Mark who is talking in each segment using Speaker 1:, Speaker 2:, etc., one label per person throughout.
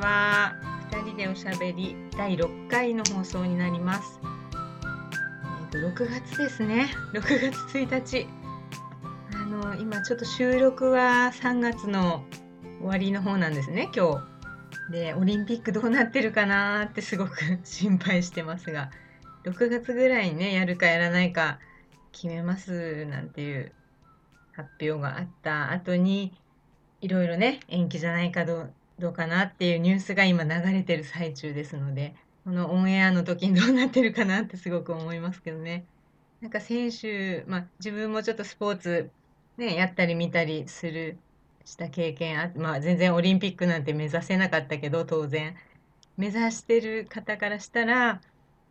Speaker 1: は2人でおしゃべり第6回の放送になりますえーと6月ですね6月1日あの今ちょっと収録は3月の終わりの方なんですね今日でオリンピックどうなってるかなーってすごく 心配してますが6月ぐらいにねやるかやらないか決めますなんていう発表があった後にいろいろね延期じゃないかどうどうかなっていうニュースが今流れてる最中ですのでこのオンエアの時にどうなってるかなってすごく思いますけどねなんか選手、まあ、自分もちょっとスポーツ、ね、やったり見たりするした経験あ、まあ、全然オリンピックなんて目指せなかったけど当然目指してる方からしたら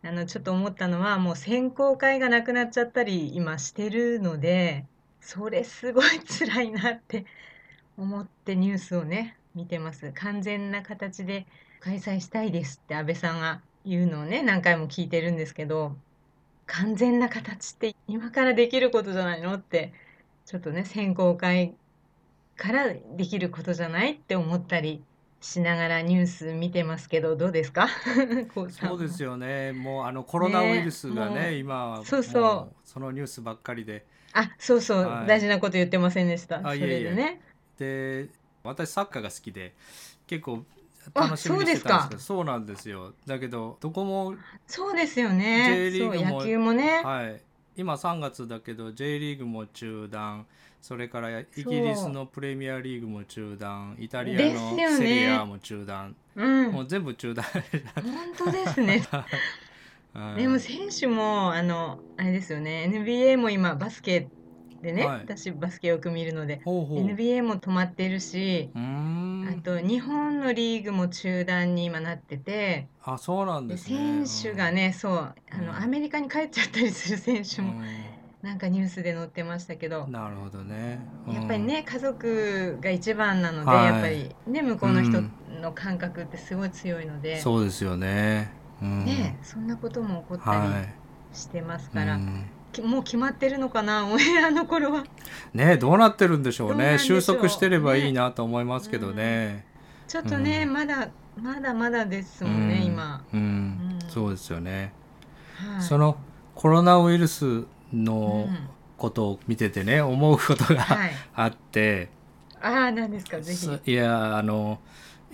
Speaker 1: あのちょっと思ったのはもう選考会がなくなっちゃったり今してるのでそれすごい辛いなって思ってニュースをね見てます完全な形で開催したいですって安倍さんが言うのをね何回も聞いてるんですけど完全な形って今からできることじゃないのってちょっとね選考会からできることじゃないって思ったりしながらニュース見てますけどどうですか こうさん
Speaker 2: そう
Speaker 1: は
Speaker 2: ですよね。もうあのコロナウイルスが
Speaker 1: ね
Speaker 2: ね、
Speaker 1: もう
Speaker 2: 今は
Speaker 1: そうそう
Speaker 2: もうそのニュースばっかりで、
Speaker 1: あそうそう、
Speaker 2: はい
Speaker 1: 大事なこと言ってませんでした
Speaker 2: あ
Speaker 1: そ
Speaker 2: いえ
Speaker 1: れ
Speaker 2: いえ
Speaker 1: でね
Speaker 2: で、私サッカーが好きで、結構
Speaker 1: あ
Speaker 2: 楽しみにしてたんです
Speaker 1: そうです
Speaker 2: けど、そうなんですよ。だけどどこも
Speaker 1: そうですよね
Speaker 2: J リーグ
Speaker 1: そう
Speaker 2: も
Speaker 1: 野球もね、
Speaker 2: はい。今3月だけど J リーグも中断それからイギリスのプレミアリーグも中断イタリアの
Speaker 1: ですよね
Speaker 2: セリアも中断、
Speaker 1: うん
Speaker 2: も
Speaker 1: 本
Speaker 2: う全部中断、
Speaker 1: 当ですね
Speaker 2: はい
Speaker 1: でも選手もあのあれですよね NBA も今バスケでね、
Speaker 2: はい
Speaker 1: 私バスケよく見るので
Speaker 2: ほうほう
Speaker 1: NBA も止まってるし
Speaker 2: うーん
Speaker 1: あと日本のリーグも中断に今なってて
Speaker 2: あそうなんです
Speaker 1: 選
Speaker 2: ね
Speaker 1: 手がねそうあ
Speaker 2: うん
Speaker 1: のアメリカに帰っちゃったりする選手
Speaker 2: うん
Speaker 1: もなんかニュースで載ってましたけど
Speaker 2: うんなるほどね、うん
Speaker 1: やっぱりね家族が一番なので
Speaker 2: はい
Speaker 1: やっぱりね向こうの人
Speaker 2: うん
Speaker 1: の感覚ってすごい強いので
Speaker 2: そうですよね、うん、
Speaker 1: ねそんなことも起こった
Speaker 2: は
Speaker 1: りしてます
Speaker 2: い、
Speaker 1: から
Speaker 2: う。ん
Speaker 1: きもう決まってるのかな オンエアの頃は
Speaker 2: ねどうなってるんでしょう
Speaker 1: どうなん
Speaker 2: ね
Speaker 1: でしょう
Speaker 2: 収束してればいいなと思いますけどね
Speaker 1: ちょっとね、
Speaker 2: うん
Speaker 1: まだまだまだです
Speaker 2: う
Speaker 1: もんね、
Speaker 2: ん
Speaker 1: 今、
Speaker 2: うん
Speaker 1: うん
Speaker 2: そうですよね、
Speaker 1: はい、
Speaker 2: そのコロナウイルス
Speaker 1: うん
Speaker 2: のことを見ててね、思うことが、
Speaker 1: はい、
Speaker 2: あって
Speaker 1: ああ何ですかぜひ
Speaker 2: すいやあの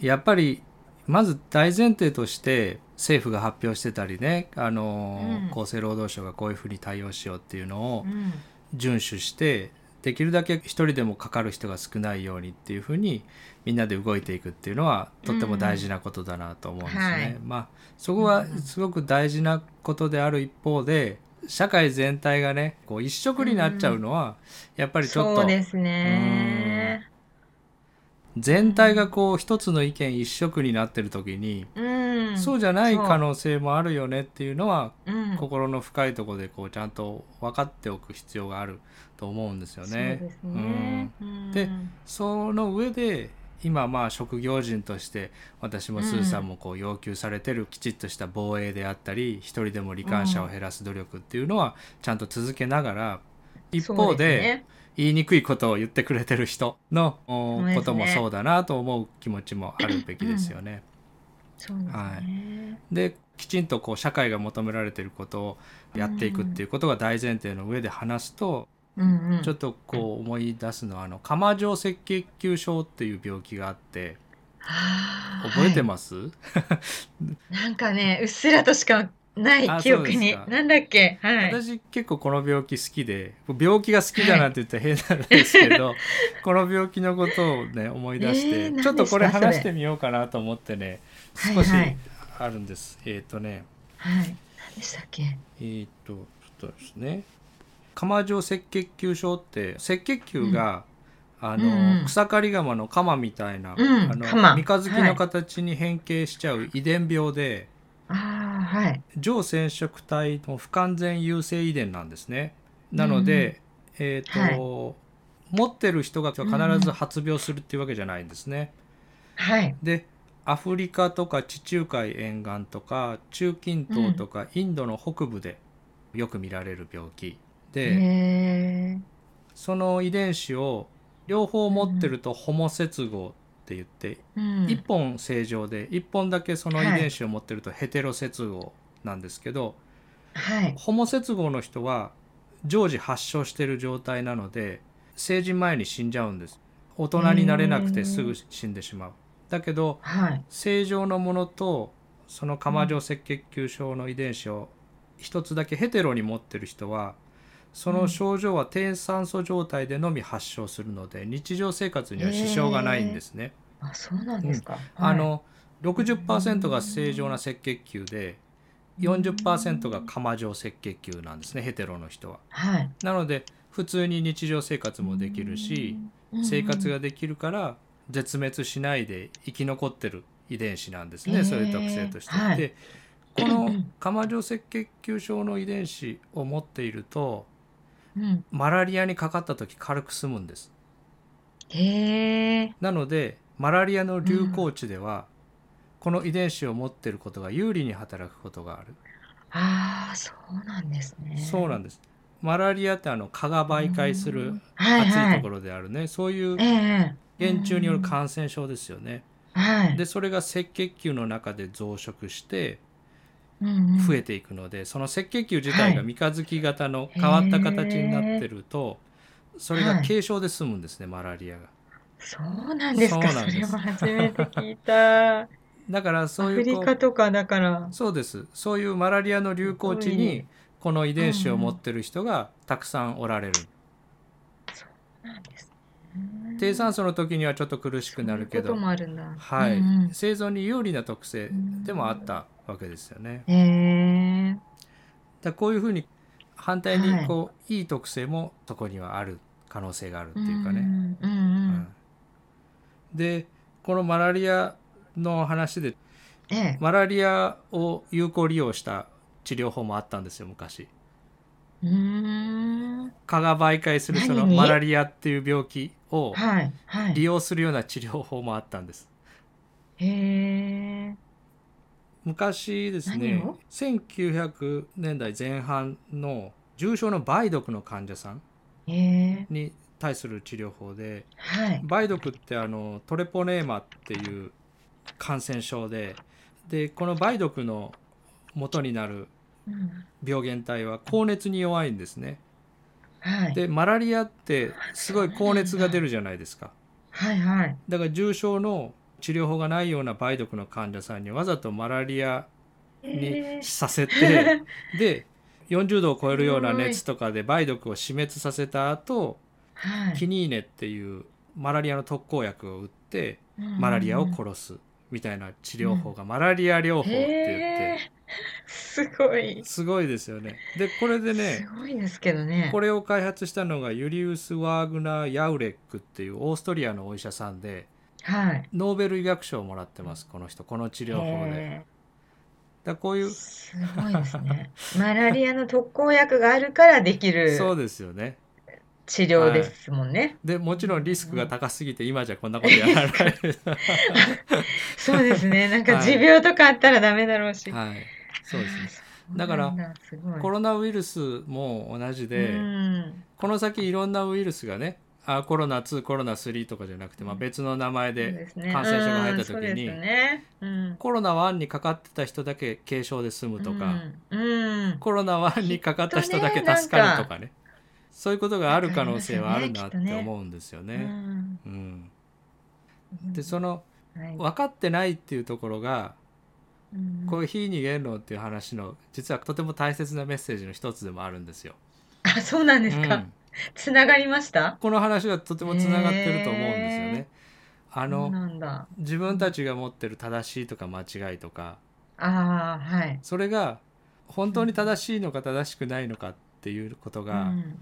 Speaker 2: やっぱりまず大前提として政府が発表してたりねあの、
Speaker 1: うん
Speaker 2: 厚生労働省がこういうふうに対応しようっていうのを
Speaker 1: うん
Speaker 2: 遵守してできるだけ一人でもかかる人が少ないようにっていうふうにみんなで動いていくっていうのはとっても大事なことだなと思うんですね。
Speaker 1: はい
Speaker 2: まあそこは
Speaker 1: うんうん
Speaker 2: すごく大事なことである一方で社会全体がねこう一色になっちゃうのはやっぱりちょっ
Speaker 1: そ
Speaker 2: と
Speaker 1: うですね
Speaker 2: 全体がこう一つの意見一色になってる時に
Speaker 1: うん、
Speaker 2: そう
Speaker 1: じ
Speaker 2: じゃない
Speaker 1: そう
Speaker 2: 可能性もあるよねっていうのは
Speaker 1: ゃ、うん、
Speaker 2: 心の深いところでこうちゃんと分かっておく必要があると思うんですよね。
Speaker 1: そうですね、うん、
Speaker 2: でその上で今まあ職業人として私もスーさんもこう要求されてるきちっとした防衛であったり一人でも罹患者を減らす努力っていうのはちゃんと続けながら一
Speaker 1: そ
Speaker 2: 方
Speaker 1: う
Speaker 2: で
Speaker 1: ですね
Speaker 2: 言いにくいことを言ってくれてる人のお
Speaker 1: そうですね
Speaker 2: こともそうだなと思う気持ちもあるべきですよね。
Speaker 1: そうですね、
Speaker 2: はできちんとこう社会が求められてることをやっていくっていうことが大前提の上で話すと、
Speaker 1: うんうん、
Speaker 2: ちょっとこう思い出すのはあの釜状赤血球症っていう病気があって覚えて
Speaker 1: ま
Speaker 2: ます、
Speaker 1: す、はい、なんかねうっすらとしかない
Speaker 2: あ
Speaker 1: 記憶
Speaker 2: そう
Speaker 1: に
Speaker 2: ですか
Speaker 1: なんだっけはい
Speaker 2: 私結構この病気好きで病気が好きだなんて言ったら変なんです けど、 この病気のことをね思い出して、
Speaker 1: えー
Speaker 2: ちょっとこれ
Speaker 1: 何ですか
Speaker 2: 話してみようかなと思ってね
Speaker 1: はい
Speaker 2: 少し
Speaker 1: はい
Speaker 2: あるんです、えっ、とね
Speaker 1: はい何でしたっけ
Speaker 2: えっ、とちょっとですね釜状赤血球症って赤血球が、あの
Speaker 1: うんうん
Speaker 2: 草刈り鎌の鎌みたいな、
Speaker 1: うん
Speaker 2: あの
Speaker 1: 鎌
Speaker 2: 三日月
Speaker 1: は
Speaker 2: の
Speaker 1: い
Speaker 2: 形に変形しちゃう遺伝病で、
Speaker 1: ああはい
Speaker 2: 上染色体の不完全優性遺伝なんですね。なので、えーと
Speaker 1: はい
Speaker 2: 持ってる人が必ず発病するっていうわけじゃないんですね。
Speaker 1: はい
Speaker 2: でアフリカとか地中海沿岸とか中近東とかインドの北部でよく見られる病気
Speaker 1: へ
Speaker 2: で、
Speaker 1: え
Speaker 2: その遺伝子を両方持ってるとホモ接合っって言って、
Speaker 1: うん
Speaker 2: 1本正常で1本だけその遺伝子を持ってるとヘテロ接合なんですけど、
Speaker 1: はい
Speaker 2: ホモ接合の人は常時発症してる状態なので成人前に死んじゃうんです大人になれなくてすぐ死んでしまうだけど
Speaker 1: はい
Speaker 2: 正常のものとその釜状赤血球症の遺伝子を一つだけヘテロに持ってる人はその症状は低酸素状態でのみ発症するので日常生活には支障がないんですね。
Speaker 1: あそうなんですか、
Speaker 2: あの60%が正常な赤血球で40%が釜状赤血球なんですねヘテロの人は。
Speaker 1: はい
Speaker 2: なので普通に日常生活もできるし生活ができるから絶滅しないで生き残ってる遺伝子なんです
Speaker 1: え
Speaker 2: ね、
Speaker 1: ー
Speaker 2: そういう特性として。
Speaker 1: はい
Speaker 2: でこの 釜状赤血球症の遺伝子を持っていると
Speaker 1: うんうん
Speaker 2: マラリアにかかった時軽く済むんです。
Speaker 1: へえ
Speaker 2: なのでマラリアの流行地では、この遺伝子を持っていることが有利に働くことがある。
Speaker 1: ああそうなんですね
Speaker 2: そうなん
Speaker 1: で
Speaker 2: です。マラリアってあの蚊が媒介する
Speaker 1: はい
Speaker 2: 暑
Speaker 1: はい
Speaker 2: いところであるね、そういう
Speaker 1: ええ
Speaker 2: 原虫による感染症ですよね。
Speaker 1: はい
Speaker 2: でそれが赤血球の中で増殖して増
Speaker 1: 増
Speaker 2: えていくので、その赤血球自体
Speaker 1: は
Speaker 2: が
Speaker 1: い
Speaker 2: 三日月型の変わった形になってると、それが
Speaker 1: はい
Speaker 2: 軽症で済むんですね、マラリアが。
Speaker 1: そうなんですか
Speaker 2: そうなんです
Speaker 1: れも初めて聞いた ア
Speaker 2: だからそう
Speaker 1: フ
Speaker 2: い
Speaker 1: リ
Speaker 2: うこ
Speaker 1: カ
Speaker 2: う
Speaker 1: とかだから
Speaker 2: そうですそういうマラリアの流行地
Speaker 1: すごい
Speaker 2: にこの遺伝子を持ってる人がたくさんおられる。
Speaker 1: なんですね
Speaker 2: 低酸素の時にはちょっと苦しくなる
Speaker 1: そうい
Speaker 2: け
Speaker 1: うこ
Speaker 2: ど
Speaker 1: ともあるんだ
Speaker 2: はい、
Speaker 1: うんうん
Speaker 2: 生存に有利な特性でもあったわけですよね。
Speaker 1: へえ
Speaker 2: だからこういうふうに反対
Speaker 1: はい
Speaker 2: にこう、い、い特性もそこにはある可能性があるっていうかね。
Speaker 1: うんうんうん
Speaker 2: う
Speaker 1: うん
Speaker 2: んでこのマラリアの話で
Speaker 1: ええ
Speaker 2: マラリアを有効利用した治療法もあったんですよ昔。
Speaker 1: うーん
Speaker 2: 蚊が媒介するその
Speaker 1: 何
Speaker 2: マラリアっていう病気を
Speaker 1: はいは
Speaker 2: 利
Speaker 1: い
Speaker 2: 用するような治療法もあったんです。
Speaker 1: へえ
Speaker 2: 昔ですね
Speaker 1: 何を
Speaker 2: 1900年代前半の重症の梅毒の患者さん
Speaker 1: へえ
Speaker 2: に対する治療法で
Speaker 1: はい
Speaker 2: 梅毒ってあのトレポネーマっていう感染症ででこの梅毒の元になる
Speaker 1: うん
Speaker 2: 病原体は高熱に弱いんですね
Speaker 1: はい
Speaker 2: でマラリアってすごい高熱が出るじゃないですか
Speaker 1: はいはい
Speaker 2: だから重症の治療法がないような梅毒の患者さんにわざとマラリア
Speaker 1: へ
Speaker 2: に
Speaker 1: え
Speaker 2: させてで40度を超えるような熱とかで梅毒を死滅させた後
Speaker 1: は
Speaker 2: キ
Speaker 1: い
Speaker 2: ニーネっていうマラリアの特効薬を打ってマラリアを
Speaker 1: る
Speaker 2: 殺すみたいな治療法がマラリア療法って言って
Speaker 1: すごい
Speaker 2: すごいですよね。でこれで
Speaker 1: す
Speaker 2: ね
Speaker 1: ごいですけどね
Speaker 2: これを開発したのがユリウス・ワーグナー・ヤウレックっていうオーストリアのお医者さんで
Speaker 1: はい
Speaker 2: ノーベル医学賞をもらってますこの人この治療法で。
Speaker 1: へ
Speaker 2: だこうい
Speaker 1: え
Speaker 2: う
Speaker 1: すごいですねマラリアの特効薬があるからできる
Speaker 2: そうですよね。
Speaker 1: 治療ですもんね。
Speaker 2: でもちろんリスクが高すぎて今じゃこんなことやらない。
Speaker 1: そうですね。なん
Speaker 2: は
Speaker 1: か
Speaker 2: い
Speaker 1: 持病とかあったらダメだろうし。
Speaker 2: はい、そうですね。
Speaker 1: あー
Speaker 2: だから
Speaker 1: そうなんだすごい。
Speaker 2: コロナウイルスも同じで、
Speaker 1: うん
Speaker 2: この先いろんなウイルスがねあコロナ2コロナ3とかじゃなくて、まあ、別の名前
Speaker 1: そう
Speaker 2: で
Speaker 1: ですね
Speaker 2: 感染症が入った
Speaker 1: うんそう
Speaker 2: 時に
Speaker 1: ですね。うん。
Speaker 2: コロナ1にかかってた人だけ軽症で済むとか、
Speaker 1: うん。うん
Speaker 2: コロナ1にかかった人だけ
Speaker 1: きっとね
Speaker 2: 助かるとかねそういうことがある可能性はあ
Speaker 1: あ
Speaker 2: る
Speaker 1: ります
Speaker 2: な
Speaker 1: よね
Speaker 2: って思うんですよ
Speaker 1: う
Speaker 2: ね。
Speaker 1: ん
Speaker 2: うん
Speaker 1: うん
Speaker 2: でその
Speaker 1: はい
Speaker 2: 分かってないっていうところが
Speaker 1: うん
Speaker 2: こういう非二元論っていう話の実はとても大切なメッセージの一つでもあるんですよ。
Speaker 1: あ、そうなんです
Speaker 2: う
Speaker 1: か
Speaker 2: ん。
Speaker 1: つながりました
Speaker 2: この話はとてもつながってると思うんですよね。あ
Speaker 1: あ
Speaker 2: の、
Speaker 1: なんだ。
Speaker 2: 自分たちが持ってる正しいとか間違いとか
Speaker 1: ああ、はい。
Speaker 2: それが本当に正しいのか正しくないのかっていうこと
Speaker 1: う
Speaker 2: が、
Speaker 1: ん。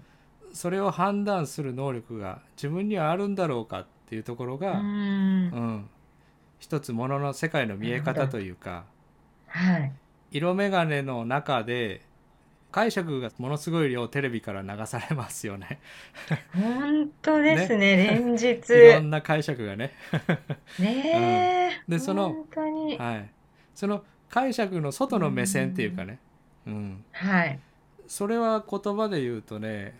Speaker 2: それを判断する能力が自分にはあるんだろうかっていうところ
Speaker 1: う
Speaker 2: が、
Speaker 1: ん
Speaker 2: うん一つものの世界の見え方というか
Speaker 1: はい。
Speaker 2: 色眼鏡の中で解釈がものすごい量テレビから流されますよね。
Speaker 1: 本当ですね。連日。
Speaker 2: いろんな解釈がね。
Speaker 1: ねえ、
Speaker 2: うんでその
Speaker 1: 本当に、
Speaker 2: はい、その解釈の外の目線っていうかね、うん、
Speaker 1: はい、
Speaker 2: それは言葉で言うとね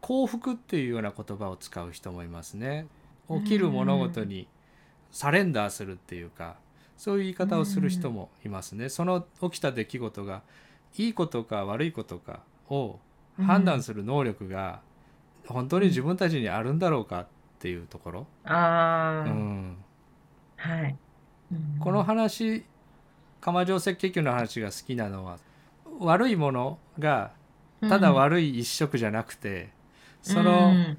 Speaker 2: 幸福っていうような言葉を使う人もいますね。起きる物事にサレンダーするっていうかそういう言い方をする人もいますね。その起きた出来事がいいことか悪いことかを判断する能力が本当に自分たちにあるんだろうかっていうところ。
Speaker 1: あ
Speaker 2: う
Speaker 1: あ、
Speaker 2: ん、
Speaker 1: はい、うん
Speaker 2: この話釜状赤血球の話が好きなのは悪いものがただ悪い一色じゃなくて、
Speaker 1: うん
Speaker 2: そうの
Speaker 1: ん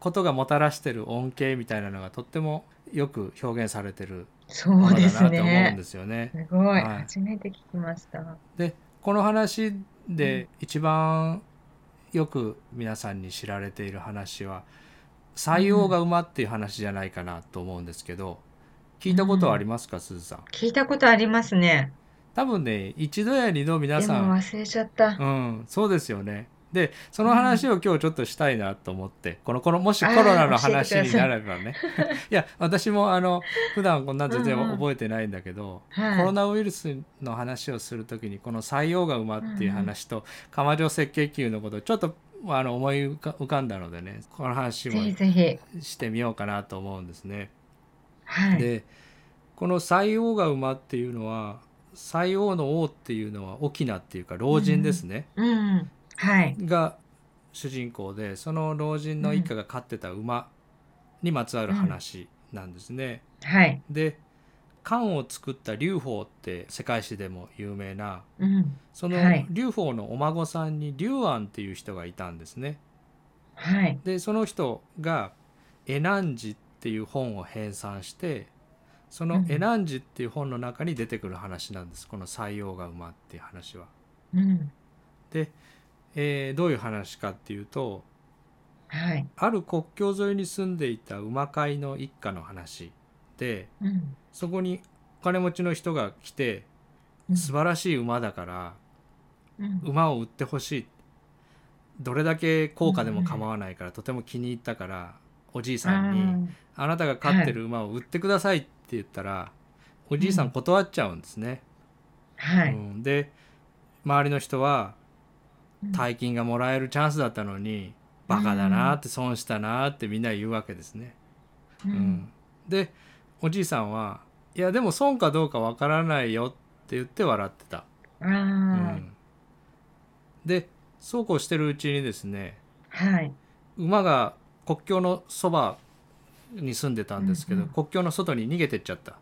Speaker 2: ことがもたらしてる恩恵みたいなのがとってもよく表現されてる
Speaker 1: そう
Speaker 2: だ
Speaker 1: で
Speaker 2: な
Speaker 1: す
Speaker 2: と思うん
Speaker 1: ね
Speaker 2: ですよね。
Speaker 1: すごい、
Speaker 2: はい
Speaker 1: 初めて聞きました
Speaker 2: でこの話で一番よく皆さんに知られている話は採用が馬っていう話じゃないかなと思うんですけど聞いたことはありますか鈴さん
Speaker 1: 聞いたことありますね
Speaker 2: 多分ね一度や二度皆
Speaker 1: でも
Speaker 2: さん
Speaker 1: 忘れちゃった、
Speaker 2: うん、そうですよね。で、その話を今日ちょっとしたいなと思って、この、この、もしコロナの
Speaker 1: あー教えてくだ
Speaker 2: 話
Speaker 1: さい
Speaker 2: になればね。 いや、私もあの、普段こんな全然
Speaker 1: うんうん
Speaker 2: 覚えてないんだけど、
Speaker 1: はい
Speaker 2: コロナウイルスの話をするときに、この採用が馬っていう話と、釜状赤血球のこと、ちょっと、あの、思い浮か浮かんだのでね、この話
Speaker 1: ぜ
Speaker 2: も
Speaker 1: ひぜひ
Speaker 2: してみようかなと思うんですね。
Speaker 1: はい
Speaker 2: で、この採用が馬っていうのは、採用の王っていうのは、翁っていうか、老人ですね。
Speaker 1: うんはい
Speaker 2: が主人公でその老人の一家が飼ってた馬にまつわる話なんですね。
Speaker 1: はい
Speaker 2: で漢を作った劉邦って世界史でも有名な
Speaker 1: うん
Speaker 2: その
Speaker 1: はい
Speaker 2: 劉邦のお孫さんに劉安っていう人がいたんですね。
Speaker 1: はい
Speaker 2: でその人が「エナンジ」っていう本を編纂してそうの
Speaker 1: ん
Speaker 2: 「エナンジ」っていう本の中に出てくる話なんですこの「採用が馬」っていう話は。
Speaker 1: うん
Speaker 2: で、えーどういう話かっていうと
Speaker 1: はい
Speaker 2: ある国境沿いに住んでいた馬飼いの一家の話で
Speaker 1: うん
Speaker 2: そこにお金持ちの人が来て素晴らしい馬だから
Speaker 1: うん
Speaker 2: 馬を売ってほしいどれだけ高価でも構わないからとても気に入ったからおじいさんに「あなたが飼ってる馬を売ってください」って言ったらおじいさん断っちゃうんですね。
Speaker 1: あーは
Speaker 2: う
Speaker 1: い
Speaker 2: んで周りの人は
Speaker 1: うん
Speaker 2: 大金がもらえるチャンスだったのにバカだなって損したなってみんな言うわけですね。
Speaker 1: う
Speaker 2: うん
Speaker 1: ん、
Speaker 2: でおじいさんは「いやでも損かどうかわからないよ」って言って笑ってた。う
Speaker 1: あ
Speaker 2: ん、でそうこうしてるうちにですね
Speaker 1: あはい
Speaker 2: 馬が国境のそばに住んでたんですけど、
Speaker 1: うんうん
Speaker 2: 国境の外に逃げてっちゃった。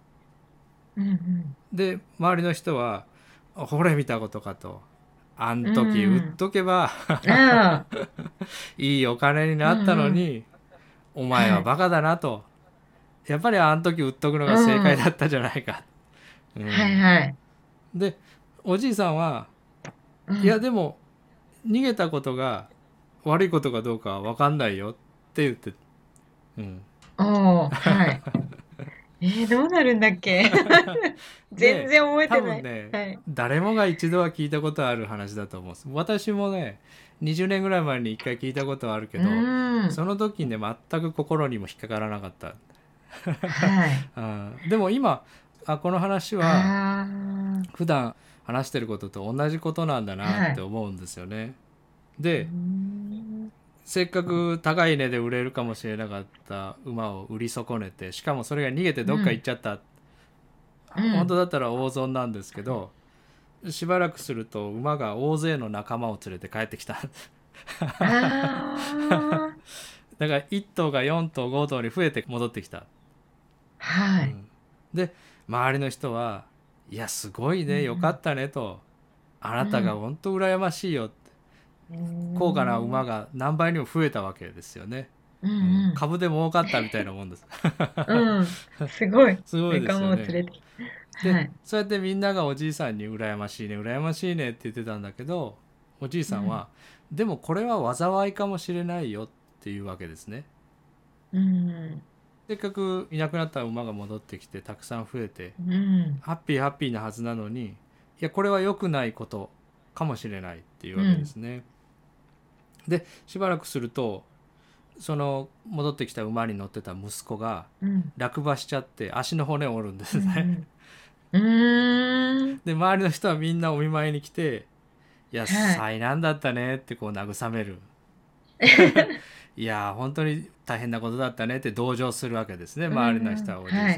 Speaker 1: うん うん
Speaker 2: で周りの人は「ほれ見たことか」と「あん時
Speaker 1: うん
Speaker 2: 売っとけば
Speaker 1: ああ
Speaker 2: いいお金になったのに、お前はバカだな」と「やっぱりあん時売っとくのが正解だったじゃないか」うん
Speaker 1: はいはい
Speaker 2: でおじいさんは
Speaker 1: うん
Speaker 2: 「いやでも逃げたことが悪いことかどうかは分かんないよ」って言って、うん、
Speaker 1: おーはい。えー、どうなるんだっけ全然覚えて
Speaker 2: 多
Speaker 1: ない。
Speaker 2: 分ね、
Speaker 1: はい。
Speaker 2: 誰もが一度は聞いたことある話だと思うんです私もね20年ぐらい前に一回聞いたことはあるけど、
Speaker 1: うん
Speaker 2: その時ね全く心にも引っかからなかった、
Speaker 1: はい。
Speaker 2: うん、でも今あこの話 は
Speaker 1: あ
Speaker 2: 普段話してることと同じことなんだなって思うんですよね、
Speaker 1: ー
Speaker 2: で
Speaker 1: うん
Speaker 2: せっかく高い値で売れるかもしれなかった馬を売り損ねてしかもそれが逃げてどっか行っちゃっ
Speaker 1: う
Speaker 2: た、
Speaker 1: ん
Speaker 2: 本当だったら大損なんですけどしばらくすると馬が大勢の仲間を連れて帰ってきた
Speaker 1: あー
Speaker 2: だから1頭が4頭5頭に増えて戻ってきた、
Speaker 1: はい。
Speaker 2: うんで周りの人は「いやすごいね
Speaker 1: うん
Speaker 2: よかったね」と「あなたが本当羨ましいよ」って高価な
Speaker 1: が。
Speaker 2: 馬が何倍にも増えたわけですよね、
Speaker 1: うん
Speaker 2: うん株で儲かったみたいなもんです
Speaker 1: うん。うん。すごい。
Speaker 2: すごいです
Speaker 1: 仲間
Speaker 2: よ
Speaker 1: を連れ
Speaker 2: ね
Speaker 1: てきて。
Speaker 2: で、
Speaker 1: はい。
Speaker 2: そうやってみんながおじいさんに「羨ましいね羨ましいね」って言ってたんだけどおじいさんは「でもこれは災いかもしれないよ」っていうわけですね。
Speaker 1: うん。
Speaker 2: せっかくいなくなった馬が戻ってきてたくさん増えて
Speaker 1: うん。
Speaker 2: ハッピーハッピーなはずなのにいやこれは良くないことかもしれないっていうわけですね。でしばらくするとその戻ってきた馬に乗ってた息子が
Speaker 1: うん。
Speaker 2: 落馬しちゃって足の骨を折るんで
Speaker 1: う
Speaker 2: すね。
Speaker 1: んうーん。
Speaker 2: で周りの人はみんなお見舞いに来て「いや
Speaker 1: はい
Speaker 2: 災難だったね」ってこう慰める。いやー本当に大変なことだったねって同情するわけですね周りの人はおじいさんに。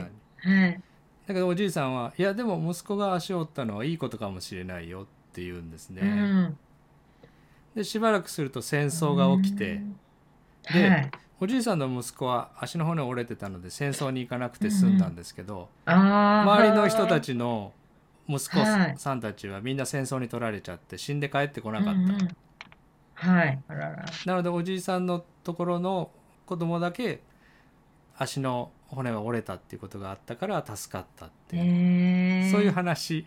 Speaker 1: うんうんはい。
Speaker 2: だけどおじいさんはいやでも息子が足を折ったのはいいことかもしれないよって言うんですね。
Speaker 1: うん
Speaker 2: でしばらくすると戦争が起きて、
Speaker 1: うん
Speaker 2: で
Speaker 1: はい、
Speaker 2: おじいさんの息子は足の骨折れてたので戦争に行かなくて済んだんですけど、
Speaker 1: あー
Speaker 2: 周りの人たちの息子
Speaker 1: はい
Speaker 2: さんたちはみんな戦争に取られちゃって死んで帰ってこなかった、
Speaker 1: うんうんはい。あらら。
Speaker 2: なのでおじいさんのところの子供だけ足の骨が折れたっていうことがあったから助かったっていう、
Speaker 1: へ
Speaker 2: そういう話、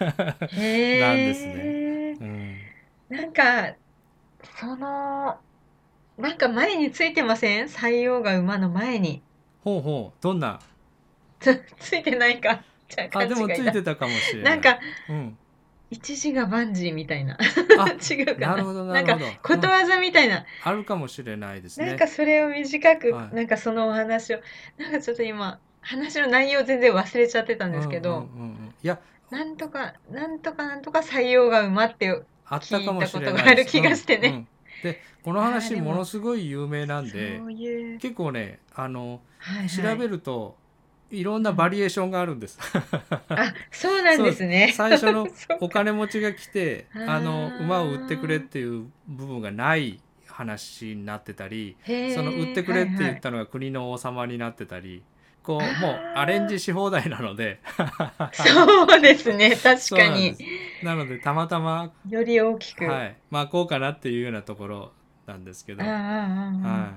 Speaker 1: なんで
Speaker 2: なんですねうん、
Speaker 1: なんか、その、なんか前についてません採用が馬の前に。
Speaker 2: ほうほうどんな
Speaker 1: つついてないか。じゃあ、
Speaker 2: あでも
Speaker 1: 勘
Speaker 2: つ
Speaker 1: 違い
Speaker 2: い
Speaker 1: だ
Speaker 2: てたかもしれな
Speaker 1: ないんか、
Speaker 2: うん、
Speaker 1: 一時が万事みたいな。
Speaker 2: あ
Speaker 1: 違うかな。
Speaker 2: なるほどなるほ
Speaker 1: んか、
Speaker 2: ど
Speaker 1: ことわざみたいな。
Speaker 2: うんあるかもしれないですね
Speaker 1: なんかそれを短く、
Speaker 2: はい
Speaker 1: なんかそのお話を、なんかちょっと今、話の内容全然忘れちゃってたんですけど、
Speaker 2: うんうんうんうんいや
Speaker 1: なんとか、なんとかなんとか採用が馬っていう。
Speaker 2: あったかもしれ
Speaker 1: 聞いたこと
Speaker 2: な
Speaker 1: があ
Speaker 2: いで
Speaker 1: る
Speaker 2: す
Speaker 1: 気がしてね
Speaker 2: うんうんでこの
Speaker 1: あー
Speaker 2: 話
Speaker 1: でも
Speaker 2: ものすごい有名なんで
Speaker 1: そういう、
Speaker 2: 結構ねあの
Speaker 1: はいはい
Speaker 2: 調べるといろんなバリエーションがあるんです。
Speaker 1: あ、そうなんですね。
Speaker 2: 最初の
Speaker 1: そう
Speaker 2: お金持ちが来て
Speaker 1: あー
Speaker 2: あの馬を売ってくれっていう部分がない話になってたり
Speaker 1: へー
Speaker 2: その売ってくれって
Speaker 1: はい
Speaker 2: 言
Speaker 1: は
Speaker 2: っ
Speaker 1: い
Speaker 2: たのが国の王様になってたりこ
Speaker 1: あ
Speaker 2: う
Speaker 1: ー
Speaker 2: もうアレンジし放題なので
Speaker 1: そうですね、確
Speaker 2: そう
Speaker 1: か
Speaker 2: なんで
Speaker 1: に
Speaker 2: す。なのでたまたま、
Speaker 1: より大きく。
Speaker 2: はい、まあこうかなっていうようなところなんですけど。
Speaker 1: ああ、
Speaker 2: は
Speaker 1: ああ、ああ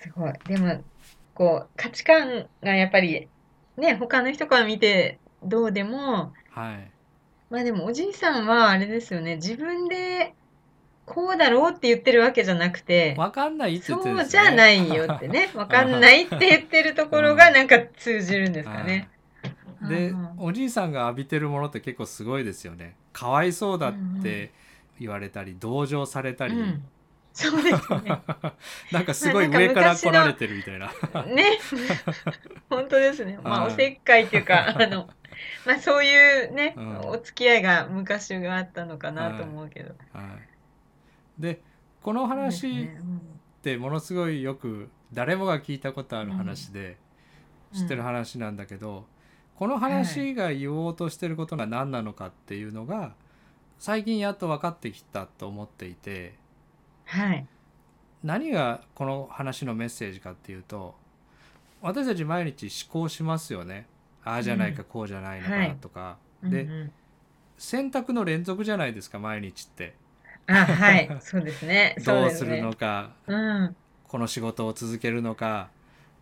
Speaker 2: い
Speaker 1: すごい。でも、こう、価値観がやっぱり、ね、他の人から見てどうでも、
Speaker 2: はい、
Speaker 1: まあでもおじいさんはあれですよね、自分でこうだろうって言ってるわけじゃなくて、
Speaker 2: わかんないって言ってるん
Speaker 1: そう
Speaker 2: です
Speaker 1: じ
Speaker 2: よね
Speaker 1: ゃないよって ね、わかんないって言ってるところがなんか通じるんですかね。
Speaker 2: はいで
Speaker 1: うんうん
Speaker 2: おじいさんが浴びてるものって結構すごいですよねかわいそうだって言われたり、同情された
Speaker 1: う
Speaker 2: り、
Speaker 1: ん。そうですね。
Speaker 2: なんかすごい
Speaker 1: まあなん
Speaker 2: 上
Speaker 1: か
Speaker 2: から
Speaker 1: 昔
Speaker 2: 来
Speaker 1: の
Speaker 2: られてるみたいな
Speaker 1: ね、 本当ですね。まあ、
Speaker 2: はい
Speaker 1: おせっかいっていう か、あの、まあ、そういうね、
Speaker 2: うん
Speaker 1: お付き合いが昔があったのかなと思うけど。
Speaker 2: はいでこの
Speaker 1: そうです
Speaker 2: 話っ
Speaker 1: ねうん
Speaker 2: てものすごいよく誰もが聞いたことある話で、
Speaker 1: うん
Speaker 2: 知ってる話なんだけど、この話が言おうとしてることが何なのかっていうのが最近やっと分かってきたと思っていて、
Speaker 1: はい。
Speaker 2: 何がこの話のメッセージかっていうと私たち毎日思考しますよねああじゃないかこうじゃないのか
Speaker 1: は
Speaker 2: ないとか、
Speaker 1: うん
Speaker 2: で
Speaker 1: うん
Speaker 2: 選択の連続じゃないですか毎日って
Speaker 1: あ、はい。そうですね。そう
Speaker 2: どう
Speaker 1: ですす
Speaker 2: る
Speaker 1: ね。
Speaker 2: のか、
Speaker 1: うん。
Speaker 2: この仕事を続けるのか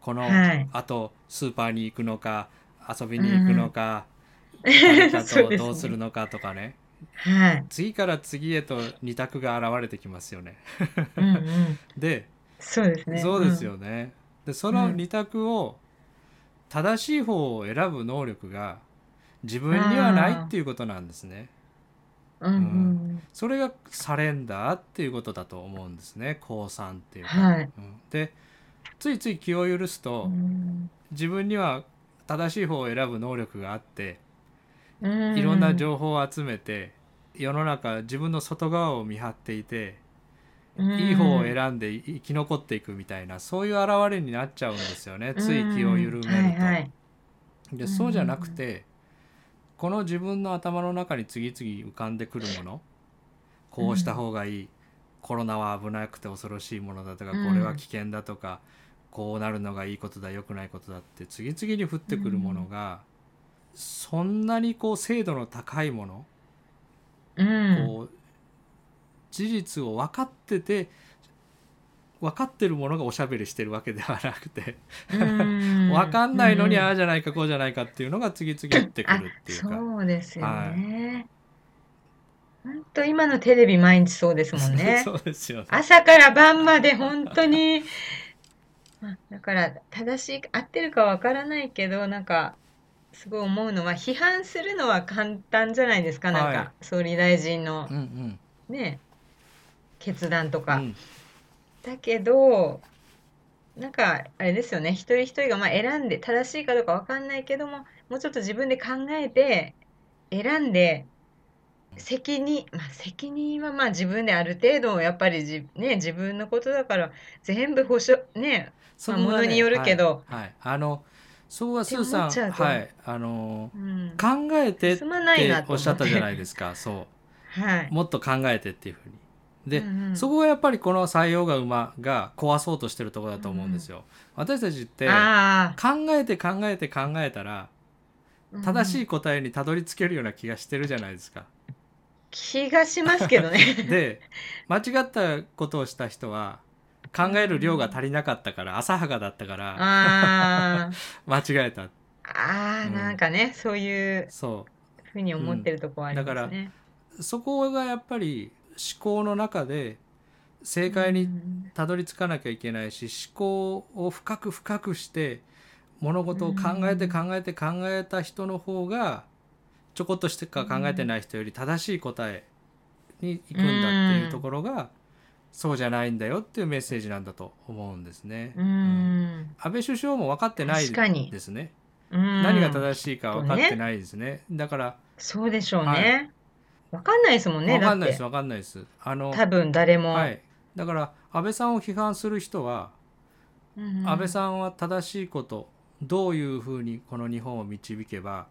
Speaker 2: この、
Speaker 1: はい
Speaker 2: あとスーパーに行くのか遊びに行くのか、誰か
Speaker 1: そう
Speaker 2: と
Speaker 1: ですね
Speaker 2: どうするのかとかね
Speaker 1: はい。
Speaker 2: 次から次へと二択が現れてきますよね。
Speaker 1: うんうん。
Speaker 2: で
Speaker 1: そうですね。
Speaker 2: そうですよね。でその二択を正しい方を選ぶ能力が自分にはないっていうことなんですね。
Speaker 1: うん。うんうん
Speaker 2: それがサレンダーっていうことだと思うんですね。降参っていうか。
Speaker 1: はい。
Speaker 2: うんでついつい気を許すと
Speaker 1: うん
Speaker 2: 自分には正しい方を選ぶ能力があって
Speaker 1: うん
Speaker 2: いろんな情報を集めて世の中自分の外側を見張っていていい方を選んでい生き残っていくみたいなそういう現れになっちゃうんですよね
Speaker 1: うん
Speaker 2: つい気を緩めると。
Speaker 1: はいはい。
Speaker 2: でそうじゃなくてこの自分の頭の中に次々浮かんでくるものこうした方がいい、コロナは危なくて恐ろしいものだとか
Speaker 1: うん
Speaker 2: これは危険だとか、こうなるのがいいことだ良くないことだって次々に降ってくるものが、そんなにこう精度の高いもの、
Speaker 1: うん。
Speaker 2: こう事実を分かってて分かってるものがおしゃべりしてるわけではなくて。
Speaker 1: うん
Speaker 2: わかんないのに
Speaker 1: うん
Speaker 2: ああじゃないかこうじゃないかっていうのが次々言ってくるっていうか。
Speaker 1: そうですよ
Speaker 2: は
Speaker 1: ね。本当今のテレビ毎日そうですもんね。
Speaker 2: そうですよね。
Speaker 1: 朝から晩まで本当に、 まあ、だから正しい合ってるかわからないけどなんかすごい思うのは批判するのは簡単じゃないですか、なん
Speaker 2: はい
Speaker 1: か総理大臣の
Speaker 2: うんうん。
Speaker 1: ね決断と
Speaker 2: う
Speaker 1: か。
Speaker 2: ん
Speaker 1: だけどなんかあれですよね一人一人がまあ選んで正しいかどうかわかんないけどももうちょっと自分で考えて選んで責任、まあ、責任はまあ自分である程度やっぱりじ、ね、自分のことだから全部保証ね
Speaker 2: そこはね
Speaker 1: まあ物によるけど
Speaker 2: はい、はいあのそこはスーさん
Speaker 1: って思っちゃうと
Speaker 2: はいあの
Speaker 1: うん、
Speaker 2: 考えてって
Speaker 1: すまないなと
Speaker 2: おっ
Speaker 1: 思
Speaker 2: しゃったじゃないいですかそう
Speaker 1: はい
Speaker 2: もっと考えてっていうふうにで、
Speaker 1: うんうん
Speaker 2: そこがやっぱりこの採用が馬が壊そうとしてるところだと思うんですよ、私たちって
Speaker 1: あ
Speaker 2: 考えて考えて考えたら
Speaker 1: ー
Speaker 2: 正し
Speaker 1: うん
Speaker 2: い答えにたどり着けるような気がしてるじゃないですか。
Speaker 1: 気がしますけどね
Speaker 2: で間違ったことをした人は考える量が足りなかったから浅はかだったから
Speaker 1: あー
Speaker 2: 間違えた
Speaker 1: あー
Speaker 2: うん
Speaker 1: なんかねそういう
Speaker 2: そ
Speaker 1: ふうに思ってるとこはありますね、
Speaker 2: うんだうそこがやっぱり思考の中で正解
Speaker 1: う
Speaker 2: に
Speaker 1: ん
Speaker 2: たどり着かなきゃいけないし思考を深く深くして物事を考えて
Speaker 1: うん
Speaker 2: 考えて考えた人の方がちょこっとしてか考えてない人より正しい答えに行くんだっていうところがそうじゃないんだよっていうメッセージなんだと思うんですね。
Speaker 1: うん
Speaker 2: 安倍首相も分かってない
Speaker 1: 確かに
Speaker 2: ですね。
Speaker 1: うん
Speaker 2: 何が正しいか分かってないですね。だから
Speaker 1: そうでしょうね、
Speaker 2: は
Speaker 1: わかんないですもんね
Speaker 2: 分かんないです
Speaker 1: だっ
Speaker 2: 分かんないです。あの
Speaker 1: て多分誰も、
Speaker 2: はい。だから安倍さんを批判する人は
Speaker 1: うんうん
Speaker 2: 安倍さんは正しいことどういうふうにこの日本を導けば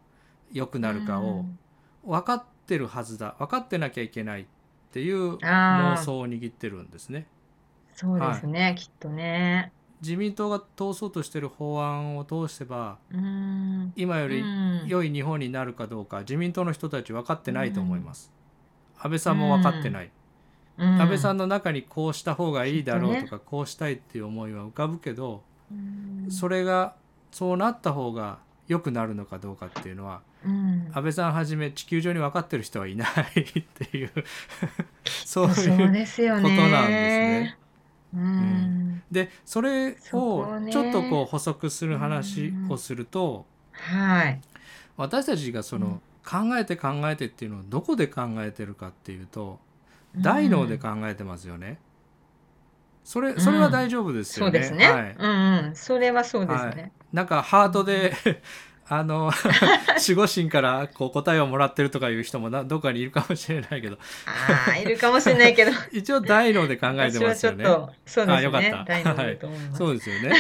Speaker 2: 良くなるか
Speaker 1: う
Speaker 2: を
Speaker 1: ん
Speaker 2: 分かってるはずだ分かってなきゃいけないっていう
Speaker 1: あー
Speaker 2: 妄想を握ってるんですね。
Speaker 1: そうですね、きっとね
Speaker 2: 自民党が通そうとしてる法案を通せば
Speaker 1: うん
Speaker 2: 今より
Speaker 1: うん
Speaker 2: 良い日本になるかどうか自民党の人たち分かってないと思います。安倍さんも分かってない。
Speaker 1: うん
Speaker 2: 安倍さんの中にこうした方がいいだろうとかこうしたいっていう思いは浮かぶけど、
Speaker 1: うん
Speaker 2: それがそうなった方が良くなるのかどうかっていうのは
Speaker 1: うん
Speaker 2: 安倍さんはじめ地球上に分かってる人はいないっ ていうそういう
Speaker 1: そうですよ
Speaker 2: こと
Speaker 1: ね
Speaker 2: なんですね。
Speaker 1: うん
Speaker 2: でそれをち
Speaker 1: そこ
Speaker 2: ょ
Speaker 1: ね
Speaker 2: っとこう補足する話をすると、
Speaker 1: はい
Speaker 2: 私たちがその考えて考えてっていうのをどこで考えてるかっていうと大脳で考えてますよね。それそれは大丈夫です
Speaker 1: そ
Speaker 2: よ
Speaker 1: う
Speaker 2: ね。
Speaker 1: ですね、
Speaker 2: はい、
Speaker 1: うんうんそれはそうですね、
Speaker 2: なんかハートで あ の守護神からこう答えをもらってるとかいう人もなどっかにいるかもしれないけど
Speaker 1: ああいるかもしれないけど
Speaker 2: 一応大脳で考えて
Speaker 1: 私
Speaker 2: ま
Speaker 1: は
Speaker 2: す
Speaker 1: ちょ
Speaker 2: よ
Speaker 1: っ
Speaker 2: ね。
Speaker 1: とそうです
Speaker 2: あよかった
Speaker 1: ね大丈夫だと思います、
Speaker 2: そうですよね。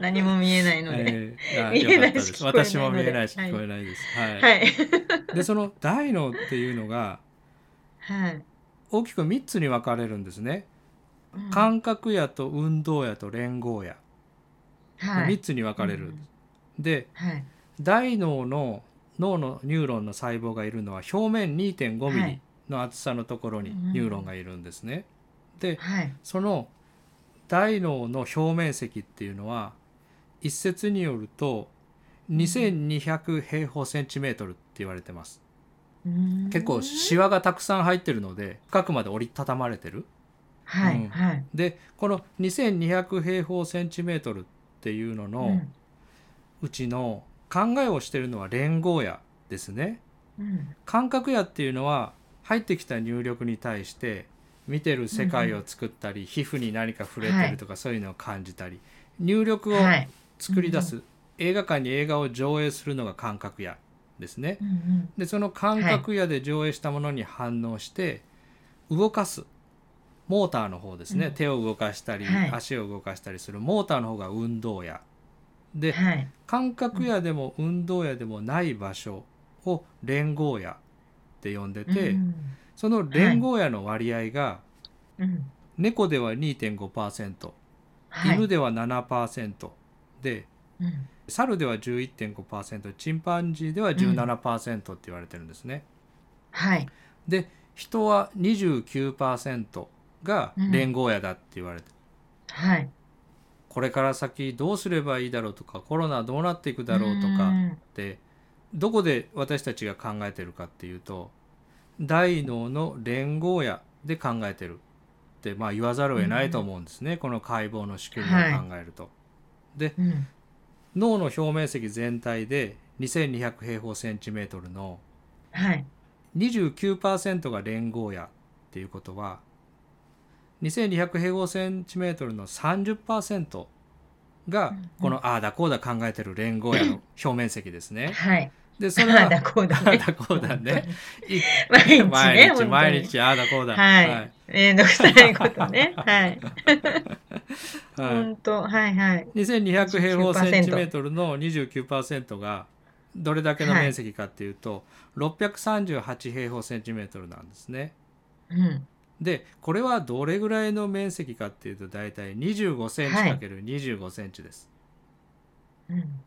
Speaker 1: 何も見えないので、
Speaker 2: えーあ
Speaker 1: 見えないし
Speaker 2: よかったです
Speaker 1: 聞こえない
Speaker 2: 私も見えないし
Speaker 1: ので
Speaker 2: 聞こえないです。はい。
Speaker 1: はい
Speaker 2: でその大脳っていうのが
Speaker 1: はい、
Speaker 2: 大きく3つに分かれるんですね。
Speaker 1: うん
Speaker 2: 感覚やと運動やと連合や、
Speaker 1: は
Speaker 2: 3
Speaker 1: い
Speaker 2: つに分かれる。
Speaker 1: うん
Speaker 2: で
Speaker 1: はい
Speaker 2: 大脳の脳のニューロンの細胞がいるのは表面2 5ミ
Speaker 1: は
Speaker 2: リ
Speaker 1: い
Speaker 2: の厚さのところに
Speaker 1: うん
Speaker 2: ニューロンがいるんですね。で
Speaker 1: はい
Speaker 2: その大脳の表面積っていうのは一説によると2200平方センチメートルって言われてます。
Speaker 1: うん
Speaker 2: 結構シワがたくさん入ってるので深くまで折りたたまれてる。
Speaker 1: はい、
Speaker 2: うん
Speaker 1: はい
Speaker 2: でこの2200平方センチメートルっていうの
Speaker 1: う
Speaker 2: の
Speaker 1: ん
Speaker 2: うちの考えをしてるのは連合やですね。
Speaker 1: うん
Speaker 2: 感覚やっていうのは入ってきた入力に対して見てる世界を作ったり、皮膚に何か触れてるとかそういうのを感じたり、入力を
Speaker 1: はい
Speaker 2: 作り出す、映画館に映画を上映するのが感覚やですね
Speaker 1: うんうん
Speaker 2: でその感覚やで上映したものに反応して動かすモーターの方ですね、
Speaker 1: うん
Speaker 2: 手を動かしたり、
Speaker 1: はい
Speaker 2: 足を動かしたりするモーターの方が運動やで、
Speaker 1: はい
Speaker 2: 感覚やでも運動やでもない場所を連合やって呼んでて、
Speaker 1: うん
Speaker 2: その連合やの割合が
Speaker 1: うん
Speaker 2: 猫では2.5%、
Speaker 1: はい
Speaker 2: 犬では7%で
Speaker 1: うん
Speaker 2: 猿では11.5%チンパンジーでは17%って言われてるんですね。
Speaker 1: はい
Speaker 2: で人は29%が連合やだって言われて、
Speaker 1: はい
Speaker 2: これから先どうすればいいだろうとかコロナどうなっていくだろうとか。
Speaker 1: ん
Speaker 2: ってどこで私たちが考えてるかっていうと大脳の連合やで考えてるって、まあ、言わざるを得ないと思うんですね、この解剖の仕組みを考えると。で
Speaker 1: うん
Speaker 2: 脳の表面積全体で2200平方センチメートルの
Speaker 1: はい
Speaker 2: 29%が連合やっていうことは2200平方センチメートルの30%がこのああだこうだ考えてる連合やの表面積ですね。
Speaker 1: はい
Speaker 2: でそれ
Speaker 1: ああ
Speaker 2: は
Speaker 1: だこうだね
Speaker 2: あだこうだねい
Speaker 1: 毎日ね本
Speaker 2: 毎
Speaker 1: 当
Speaker 2: 日
Speaker 1: に
Speaker 2: 毎日ああだこうだ
Speaker 1: はい、
Speaker 2: はい
Speaker 1: めんどくさいことねはい
Speaker 2: はい
Speaker 1: 本当はいはい
Speaker 2: 2200平方センチメー
Speaker 1: 29%
Speaker 2: トルの29%がどれだけの面積かっていうと、638平方センチメートルなんですね。
Speaker 1: うん
Speaker 2: でこれはどれぐらいの面積かっていうと大体25センチ
Speaker 1: はい
Speaker 2: かける25センチです。
Speaker 1: うん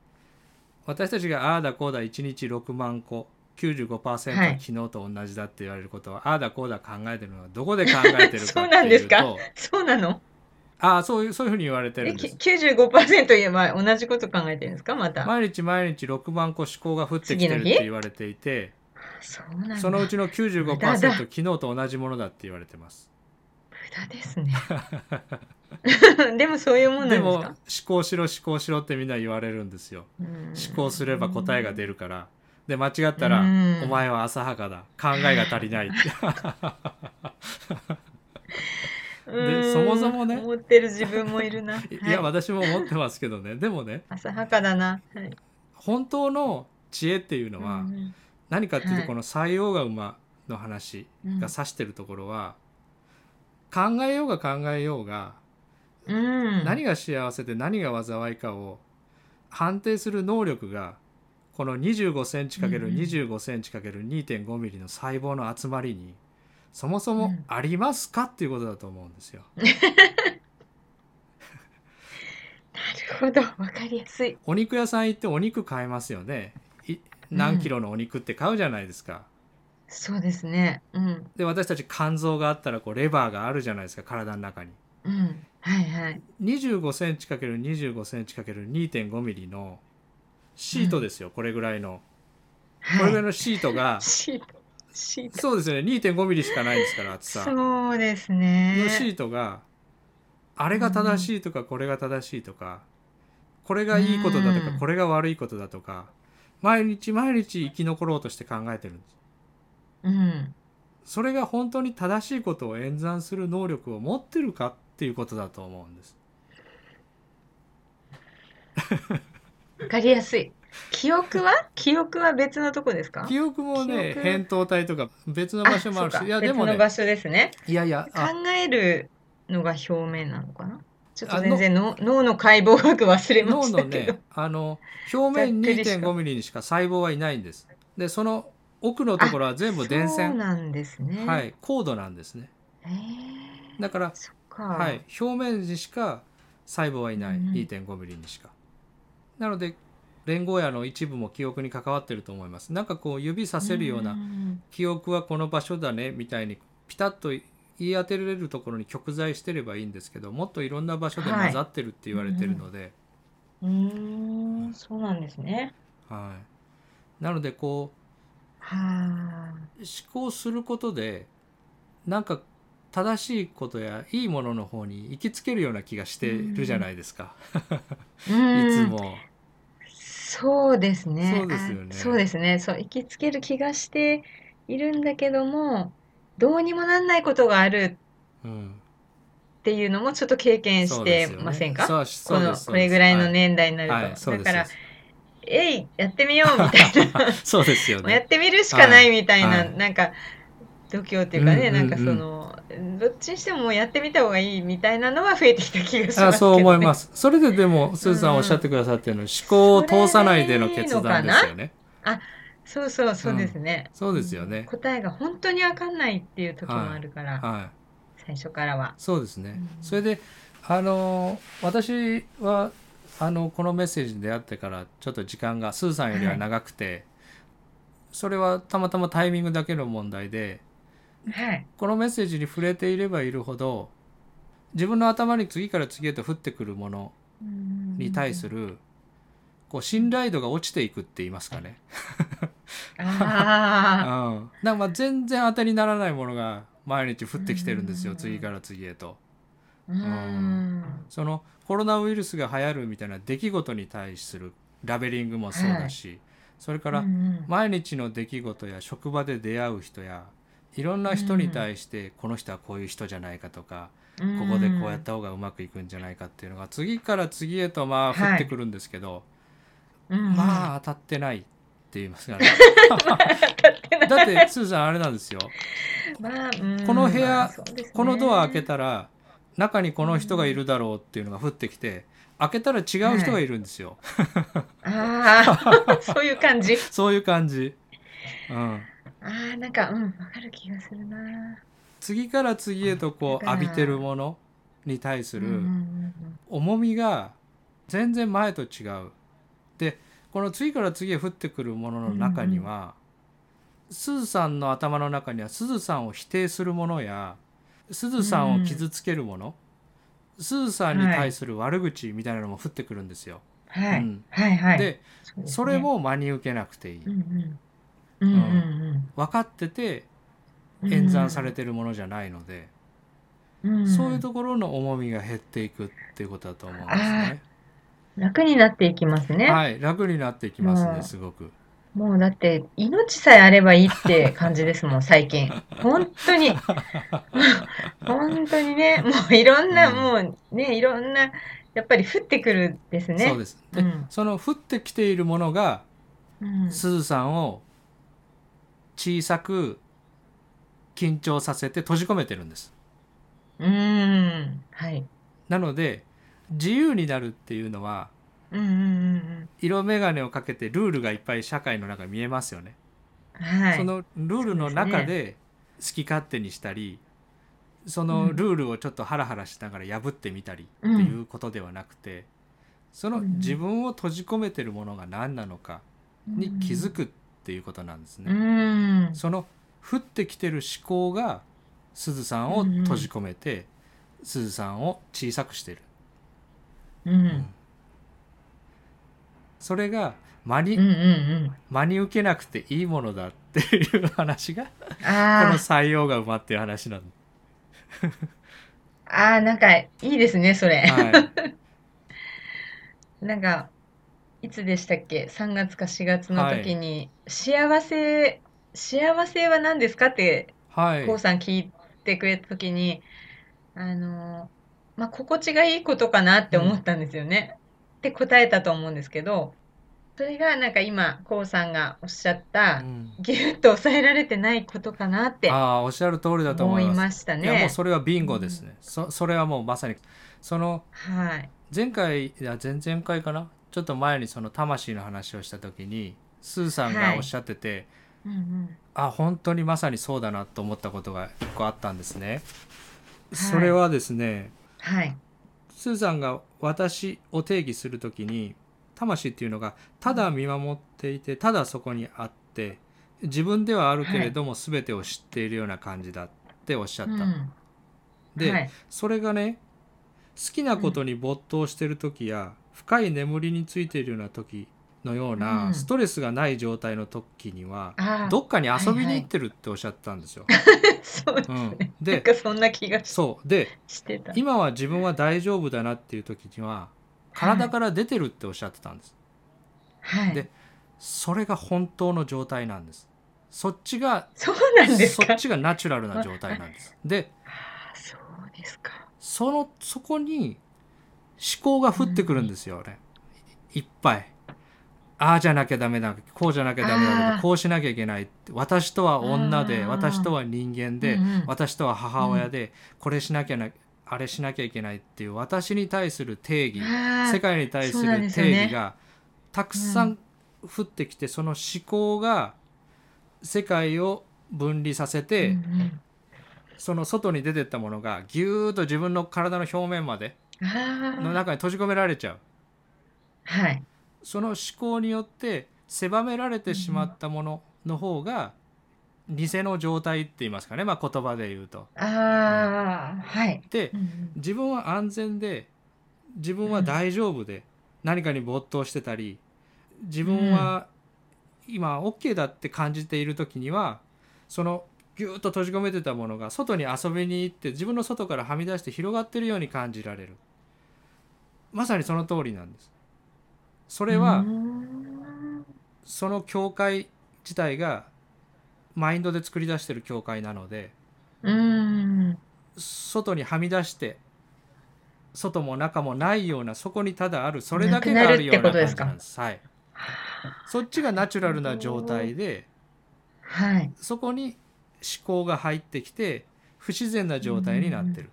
Speaker 2: 私たちがああだこうだ1日6万個95%は昨
Speaker 1: はい
Speaker 2: 日と同じだって言われることは、ああだこうだ考えてるのはどこで考えてるかっていう と
Speaker 1: そうなんですかそうなの
Speaker 2: ああそういうそういうふうに言われてる
Speaker 1: え
Speaker 2: ん
Speaker 1: き
Speaker 2: です。
Speaker 1: 95%言えば同じこと考えてるんですかまた、
Speaker 2: 毎日毎日6万個思考が降ってきてる
Speaker 1: 次の
Speaker 2: っ
Speaker 1: 日
Speaker 2: て言われていて。
Speaker 1: そうなんだ
Speaker 2: そのうちの
Speaker 1: だ
Speaker 2: 95%
Speaker 1: だ
Speaker 2: 昨日と同じものだって言われてます。
Speaker 1: 無駄ですね でもそういうもんな
Speaker 2: で
Speaker 1: んで
Speaker 2: も
Speaker 1: す
Speaker 2: 思
Speaker 1: か
Speaker 2: 考しろ思考しろってみんな言われるんですよ。思考すれば答えが出
Speaker 1: る
Speaker 2: るから。で間違ったら
Speaker 1: うん
Speaker 2: 「お前は浅はかだ考えが足りない」ってでそもそもね
Speaker 1: 思ってる自分もいる なはい
Speaker 2: いや私も思ってますけどねでもね
Speaker 1: 浅はかだな、はい
Speaker 2: 本当の知恵っていうのは
Speaker 1: うん
Speaker 2: 何かっていう
Speaker 1: は
Speaker 2: と
Speaker 1: い
Speaker 2: この「採用が馬」の話
Speaker 1: うん
Speaker 2: が指してるところは考えようが考えようが
Speaker 1: うん、
Speaker 2: 何が幸せで何が災いかを判定する能力がこの25センチかける
Speaker 1: うんうん
Speaker 2: 25センチかける2.5ミリの細胞の集まりにそもそうも
Speaker 1: ん
Speaker 2: ありますかっていうことだと思うんですよ。
Speaker 1: なるほどわかりやすい、
Speaker 2: お肉屋さん行ってお肉買えますよね。い何キロのお肉って買うじゃないですか。
Speaker 1: そうですねうん
Speaker 2: で私たち肝臓があったらこうレバーがあるじゃないですか体の中に。
Speaker 1: うんはいはい
Speaker 2: 25センチかける25センチかける2.5ミリのシートですよ、これぐらいの。これぐらい
Speaker 1: は
Speaker 2: のシートが
Speaker 1: いシートシート
Speaker 2: そうですよね2.5ミリしかないですから厚さの
Speaker 1: そうですね
Speaker 2: シートがあれが正しいとかこれが正しいとかこれがいいことだとか
Speaker 1: うん
Speaker 2: これが悪いことだとか毎日毎日生き残ろうとして考えてるんです
Speaker 1: うん
Speaker 2: それが本当に正しいことを演算する能力を持ってるかっていうことだと思うんです
Speaker 1: わかりやすい記憶は記憶は別のとこですか
Speaker 2: 記憶もね
Speaker 1: 記憶
Speaker 2: 扁桃体とか別の場所もある
Speaker 1: そう
Speaker 2: し
Speaker 1: か
Speaker 2: いやでも
Speaker 1: 別の
Speaker 2: ね
Speaker 1: 場所ですね
Speaker 2: いやいや
Speaker 1: 考
Speaker 2: あ
Speaker 1: えるのが表面なのかなちょっと
Speaker 2: あ
Speaker 1: 全然の脳の解剖学忘れま
Speaker 2: 脳
Speaker 1: した
Speaker 2: の
Speaker 1: けど、
Speaker 2: ねあの表面
Speaker 1: ざっくりしか
Speaker 2: 2.5ミリにしか細胞はいないんですでその奥のところは全部電
Speaker 1: そう
Speaker 2: 線
Speaker 1: なんですね、
Speaker 2: はい高度なんですね
Speaker 1: へえ
Speaker 2: だから、
Speaker 1: そっか
Speaker 2: はい、表面にしか細胞はいない
Speaker 1: うんうん
Speaker 2: 2.5ミリにしかなので連合野の一部も記憶に関わってると思いますなんかこう指させるようなん記憶はこの場所だねみたいにピタッと言い当てられるところに極在してればいいんですけどもっといろんな場所で混ざってるって言われてるので、
Speaker 1: うーんそうなんですね
Speaker 2: はい、なのでこう
Speaker 1: は
Speaker 2: 思考することでなんか正しいことやいいものの方に行きつけるような気がしてるじゃないですか、
Speaker 1: あうん
Speaker 2: いつも。
Speaker 1: そうですね
Speaker 2: そうですよね
Speaker 1: あそうですねそう行きつける気がしているんだけどもどうにもなんないことがある
Speaker 2: うん、
Speaker 1: っていうのもちょっと経験
Speaker 2: そ
Speaker 1: し
Speaker 2: うで
Speaker 1: て
Speaker 2: すよね
Speaker 1: ませんか
Speaker 2: そうし
Speaker 1: こ
Speaker 2: そう
Speaker 1: の
Speaker 2: です
Speaker 1: これぐらいの年代にな
Speaker 2: は
Speaker 1: る
Speaker 2: い
Speaker 1: と、
Speaker 2: はいそう
Speaker 1: だ
Speaker 2: です
Speaker 1: から
Speaker 2: そ
Speaker 1: 「えいやってみよう」みたいう
Speaker 2: で
Speaker 1: な
Speaker 2: す そうですよ
Speaker 1: もうやっ
Speaker 2: ね。
Speaker 1: てみるしかないみたいな、
Speaker 2: はいはい
Speaker 1: なんか度胸っていうかね、
Speaker 2: うんうんうん
Speaker 1: なんかそのどっちにしてももうやってみた方がいいみたいなのは増えてきた気がしますけど、
Speaker 2: あ
Speaker 1: ね、
Speaker 2: そう思いますす。それででもスーさんおっしゃってくださってるのは思考を通さないでの
Speaker 1: それでいい
Speaker 2: 決
Speaker 1: のか
Speaker 2: 断で
Speaker 1: な
Speaker 2: すよね。
Speaker 1: そうそうそうですね、
Speaker 2: そうですよね。
Speaker 1: 答えが本当に分かんないっていう時もあるから、
Speaker 2: はい。
Speaker 1: 最初からは
Speaker 2: そうですね
Speaker 1: う。ん
Speaker 2: それで、あの私はあのこのメッセージに出会ってからちょっと時間がスーさんよりは長くて、それはたまたまタイミングだけの問題で、
Speaker 1: はい
Speaker 2: このメッセージに触れていればいるほど、自分の頭に次から次へと降ってくるものに対す
Speaker 1: る
Speaker 2: るこう信頼度が落ちていくって言いますかね。うん。だ
Speaker 1: あ
Speaker 2: からまあ全然当てにならないものが毎日降ってきてるんですよ。
Speaker 1: うん
Speaker 2: 次から次へと。
Speaker 1: ーうん
Speaker 2: そのコロナウイルスが流行るみたいな出来事に対するラベリングもそうだし、それから
Speaker 1: うん
Speaker 2: 毎日の出来事や職場で出会う人やいろんな人に対してこの人はこういう人じゃないかとか、
Speaker 1: うん
Speaker 2: ここでこうやった方がうまくいくんじゃないかっていうのが次から次へとまあ
Speaker 1: はい
Speaker 2: 降ってくるんですけど、
Speaker 1: うん
Speaker 2: まあ当たってないっって言いますからね だってスーさんあれなんですよ
Speaker 1: まあ、うん
Speaker 2: この部屋
Speaker 1: まあそうですね
Speaker 2: このドア開けたら中にこの人がいるだろうっていうのが降ってきて開けたら違う人がいるんですよ、
Speaker 1: あ あ、そういう感じ。
Speaker 2: そういう感じ、うん、
Speaker 1: ああ、なんか、うん、わかる気がするな。
Speaker 2: 次から次へとこう
Speaker 1: だか
Speaker 2: 浴
Speaker 1: ら
Speaker 2: びてるものに対す
Speaker 1: うんうん
Speaker 2: る重みが全然前と違うでこの次から次へ降ってくるものの中には、すずさんの頭の中にはすずさんを否定するものやすずさんを傷つけるもの、すずさんに対する悪口みたいなのも降ってくるんですよ。
Speaker 1: うんは
Speaker 2: う
Speaker 1: い、
Speaker 2: ん
Speaker 1: はい、はい。
Speaker 2: で
Speaker 1: そうですね
Speaker 2: それ、も真に受けなくていい
Speaker 1: うんうん。うんうん
Speaker 2: 分かってて
Speaker 1: うん。
Speaker 2: 演算されてるものじゃないので、
Speaker 1: うん、
Speaker 2: そういうところの重みが減っていくっていうことだと思うんですね。
Speaker 1: 楽になっていきますね。
Speaker 2: はい、楽になってきます
Speaker 1: う
Speaker 2: ね、
Speaker 1: ん
Speaker 2: すごく。
Speaker 1: もうだって命さえあればいいって感じです もん、最近。本当に。本当にね、もういろんな、もうね、いろんな、やっぱり降ってくるですね。
Speaker 2: そうです。で、
Speaker 1: うん
Speaker 2: その降ってきているものが、
Speaker 1: うん
Speaker 2: すずさんを小さく緊張させて閉じ込めてるんです。
Speaker 1: うん。はい。
Speaker 2: なので、自由になるっていうのは、
Speaker 1: うんうんうん
Speaker 2: 色眼鏡をかけてルールがいっぱい社会の中に見えますよね。
Speaker 1: うん。はい。
Speaker 2: そのルールの
Speaker 1: そう
Speaker 2: 中
Speaker 1: です
Speaker 2: で好き勝手にしたりそ,、
Speaker 1: う
Speaker 2: の
Speaker 1: ん
Speaker 2: ルールをちょっとハラハラしながら破ってみたりっていうことではなくて、その
Speaker 1: うん
Speaker 2: 自分を閉じ込めてるものが何なのかに気づくっていうことなんです
Speaker 1: う
Speaker 2: ね。
Speaker 1: ん。
Speaker 2: その降ってきてる思考がすずさんを閉じ込めてすずさんを小さくしてる。
Speaker 1: うん。うん
Speaker 2: それが
Speaker 1: う
Speaker 2: 真
Speaker 1: んう
Speaker 2: に
Speaker 1: ん
Speaker 2: 真に受けなくていいものだっていう話がこ
Speaker 1: うん。
Speaker 2: の
Speaker 1: あ
Speaker 2: 採用が馬っていう話 なんです
Speaker 1: あ、ああ、なんかいいですね、それ。
Speaker 2: はい、
Speaker 1: なんか、いつでしたっけ ?3 月か4月の
Speaker 2: はい
Speaker 1: 時に、幸せ、幸せは何ですかって、
Speaker 2: はい、
Speaker 1: こうさん聞いてくれた時に、あの、まあ、心地がいいことかなって思ったんですよね。って答えたと思うんですけど、それがなんか今、こうさんがおっしゃった、
Speaker 2: うん
Speaker 1: ぎゅっと抑えられてないことかなって
Speaker 2: ああおっしゃる通りだと
Speaker 1: 思
Speaker 2: 思い
Speaker 1: い
Speaker 2: ます
Speaker 1: ました
Speaker 2: いやも
Speaker 1: ね
Speaker 2: う。それはビンゴですね、そそれはもうまさにその
Speaker 1: はい。
Speaker 2: 前回いや前々回かなちょっと前にその魂の話をした時にスーさんが
Speaker 1: はい
Speaker 2: おっしゃってて、
Speaker 1: うんうん。
Speaker 2: あ本当にまさにそうだなと思ったことが結構あったんですね、それはですね
Speaker 1: はい。
Speaker 2: スーさんが私を定義するときに魂っていうのがただ見守っていてただそこにあって自分ではあるけれども全てを知っているような感じだっておっしゃった。
Speaker 1: うん
Speaker 2: で、
Speaker 1: はい
Speaker 2: それがね好きなことに没頭してる時や、深い眠りについているような時のような、
Speaker 1: うん
Speaker 2: ストレスがない状態の時には
Speaker 1: ああ、
Speaker 2: どっかに遊び
Speaker 1: はいは
Speaker 2: に
Speaker 1: い
Speaker 2: 行ってるっておっしゃったんですよ。
Speaker 1: そうです
Speaker 2: う
Speaker 1: ね。
Speaker 2: ん
Speaker 1: なん
Speaker 2: で
Speaker 1: かそんな気がし
Speaker 2: そうで
Speaker 1: してた。
Speaker 2: 今は自分は大丈夫だなっていう時には体から出てるっておっしゃってたんです。
Speaker 1: はい。
Speaker 2: でそれが本当の状態なんです。そっちが
Speaker 1: そうなんです
Speaker 2: そ
Speaker 1: か。
Speaker 2: っちがナチュラルな状態なんです。で、
Speaker 1: ああそうですか。
Speaker 2: そのそこに思考が降ってくるんですよね。いいっぱい。ああじゃなきゃダメだ、こうじゃなきゃダメだ
Speaker 1: あ
Speaker 2: と
Speaker 1: ー
Speaker 2: か、こうしなきゃいけないって。私とは女で、
Speaker 1: あー
Speaker 2: 私とは人間
Speaker 1: う
Speaker 2: で
Speaker 1: ん、うん
Speaker 2: 私とは母親で、これしなきゃな、あれしなきゃいけないっていう私に対する定義、
Speaker 1: ああ
Speaker 2: 世界に対す
Speaker 1: そうなん
Speaker 2: る
Speaker 1: ですよね
Speaker 2: 定義がたくさん降ってきて、その思考が世界を分離させて、
Speaker 1: うん
Speaker 2: その外に出てったものがぎゅーっと自分の体の表面まで
Speaker 1: うん
Speaker 2: の
Speaker 1: ああ
Speaker 2: 中に閉じ込められちゃう
Speaker 1: はい。
Speaker 2: その思考によって狭められてしまったものの方が偽の状態って言いますかね、まあ、言葉で言うと。
Speaker 1: ああはい。
Speaker 2: で
Speaker 1: うんうん
Speaker 2: 自分は安全で自分は大丈夫で、何かに没頭してたり自分は今 OK だって感じている時にはそのぎゅーっと閉じ込めてたものが外に遊びに行って自分の外からはみ出して広がってるように感じられるまさにその通りなんですそれは
Speaker 1: うーん
Speaker 2: その境界自体がマインドで作り出してる境界なので、
Speaker 1: うん
Speaker 2: 外にはみ出して外も中もないようなそこにただあるそれだけがあるような感じなんです。はい、そっちがナチュラルな状態で
Speaker 1: はい。
Speaker 2: そこに思考が入ってきて不自然な状態になってる。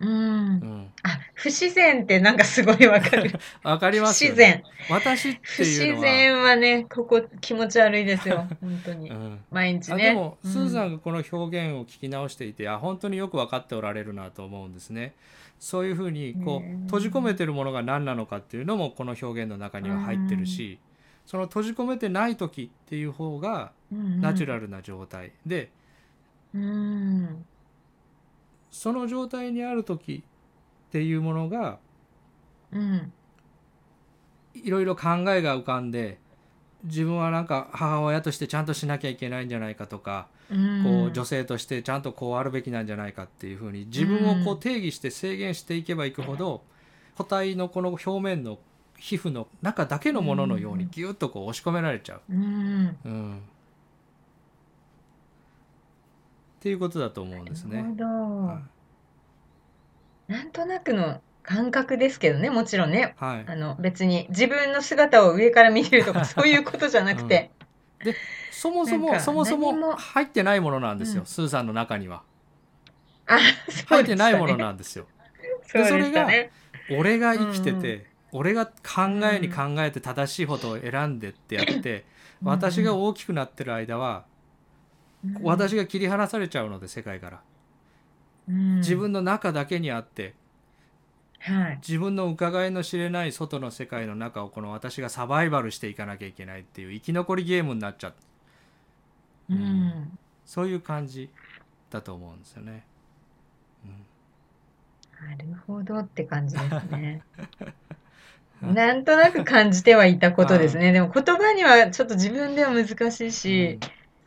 Speaker 1: うん
Speaker 2: う。ん、
Speaker 1: あ、不自然ってなんかすごいわか る。
Speaker 2: わかり
Speaker 1: 不
Speaker 2: ます
Speaker 1: 自
Speaker 2: よね
Speaker 1: 然。
Speaker 2: 私っ
Speaker 1: 不
Speaker 2: てい
Speaker 1: 自
Speaker 2: うのは、
Speaker 1: 然はね、ここ気持ち悪いです よ。本当に
Speaker 2: う。ん、
Speaker 1: 毎日
Speaker 2: あ
Speaker 1: ね。
Speaker 2: でも、
Speaker 1: うん
Speaker 2: スーさんがこの表現を聞き直していてあ本当によく分かっておられるなと思うんですね。そういうふうにこ
Speaker 1: ねえ
Speaker 2: う閉じ込めてるものが何なのかっていうのもこの表現の中には入ってるし、その閉じ込めてない時っていう方が
Speaker 1: うんうん
Speaker 2: ナチュラルな状態、で
Speaker 1: うん。
Speaker 2: その状態にある時っていうものが
Speaker 1: うん。
Speaker 2: いろいろ考えが浮かんで自分はなんか母親としてちゃんとしなきゃいけないんじゃないかとか、
Speaker 1: うん
Speaker 2: こう女性としてちゃんとこうあるべきなんじゃないかっていうふうに自分をこ
Speaker 1: う
Speaker 2: うん定義して制限していけばいくほど個体のこの表面の皮膚の中だけのもののように
Speaker 1: うん
Speaker 2: ギュッとこう押し込められちゃう。
Speaker 1: うん。
Speaker 2: うんっていうことだと思うんです
Speaker 1: なる
Speaker 2: ね。
Speaker 1: ほど。
Speaker 2: は
Speaker 1: なんとなくの感覚ですけどね、もちろんね。
Speaker 2: いはい
Speaker 1: あの別に自分の姿を上から見てる とかそういうことじゃなくて、
Speaker 2: そもそ
Speaker 1: なん
Speaker 2: も
Speaker 1: か
Speaker 2: そもそ
Speaker 1: 何
Speaker 2: も
Speaker 1: も
Speaker 2: 入ってないものなんですよ、
Speaker 1: うん
Speaker 2: スーさんの中には。
Speaker 1: あ、そ
Speaker 2: 入
Speaker 1: う
Speaker 2: っ
Speaker 1: で
Speaker 2: て
Speaker 1: し
Speaker 2: な
Speaker 1: た
Speaker 2: いもの
Speaker 1: ね。
Speaker 2: なんですよ。
Speaker 1: そう
Speaker 2: でそ
Speaker 1: で
Speaker 2: れ
Speaker 1: し
Speaker 2: が
Speaker 1: たね。
Speaker 2: 俺が生きて
Speaker 1: うん
Speaker 2: て、俺が考えに考えて正しいことを選んでってやって、
Speaker 1: うん
Speaker 2: 私が大きくなってる間は、
Speaker 1: うん
Speaker 2: 私が切り離されちゃうので世界から、
Speaker 1: うん
Speaker 2: 自分の中だけにあって
Speaker 1: はい。
Speaker 2: 自分の伺いの知れない外の世界の中をこの私がサバイバルしていかなきゃいけないっていう生き残りゲームになっちゃう
Speaker 1: う
Speaker 2: うん
Speaker 1: ん。
Speaker 2: そういう感じだと思うんですよね。うん。
Speaker 1: なるほどって感じですね
Speaker 2: はい
Speaker 1: なんとなく感じてはいたことです
Speaker 2: は
Speaker 1: ね。でも言葉にはちょっと自分では難しいし、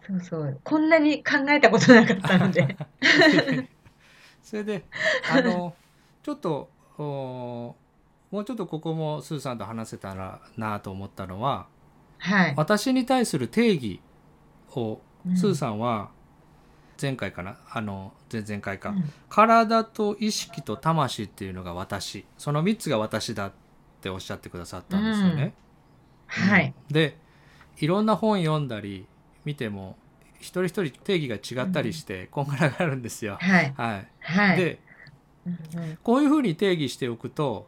Speaker 1: そうそう、こんなに考えたことなかったので。
Speaker 2: それであのちょっとおもうちょっとここもスーさんと話せたらなと思ったの は
Speaker 1: はい。
Speaker 2: 私に対する定義を
Speaker 1: うん
Speaker 2: スーさんは前回かなあの前々回か、
Speaker 1: うん
Speaker 2: 体と意識と魂っていうのが私その3つが私だっておっしゃってくださったんですよね。
Speaker 1: うんはい。
Speaker 2: うんでいろんな本読んだり見ても一人一人定義が違ったりしてこんがらがるんですよ。
Speaker 1: はい。
Speaker 2: はい、
Speaker 1: はい。
Speaker 2: で
Speaker 1: うんうん
Speaker 2: こういうふうに定義しておくと、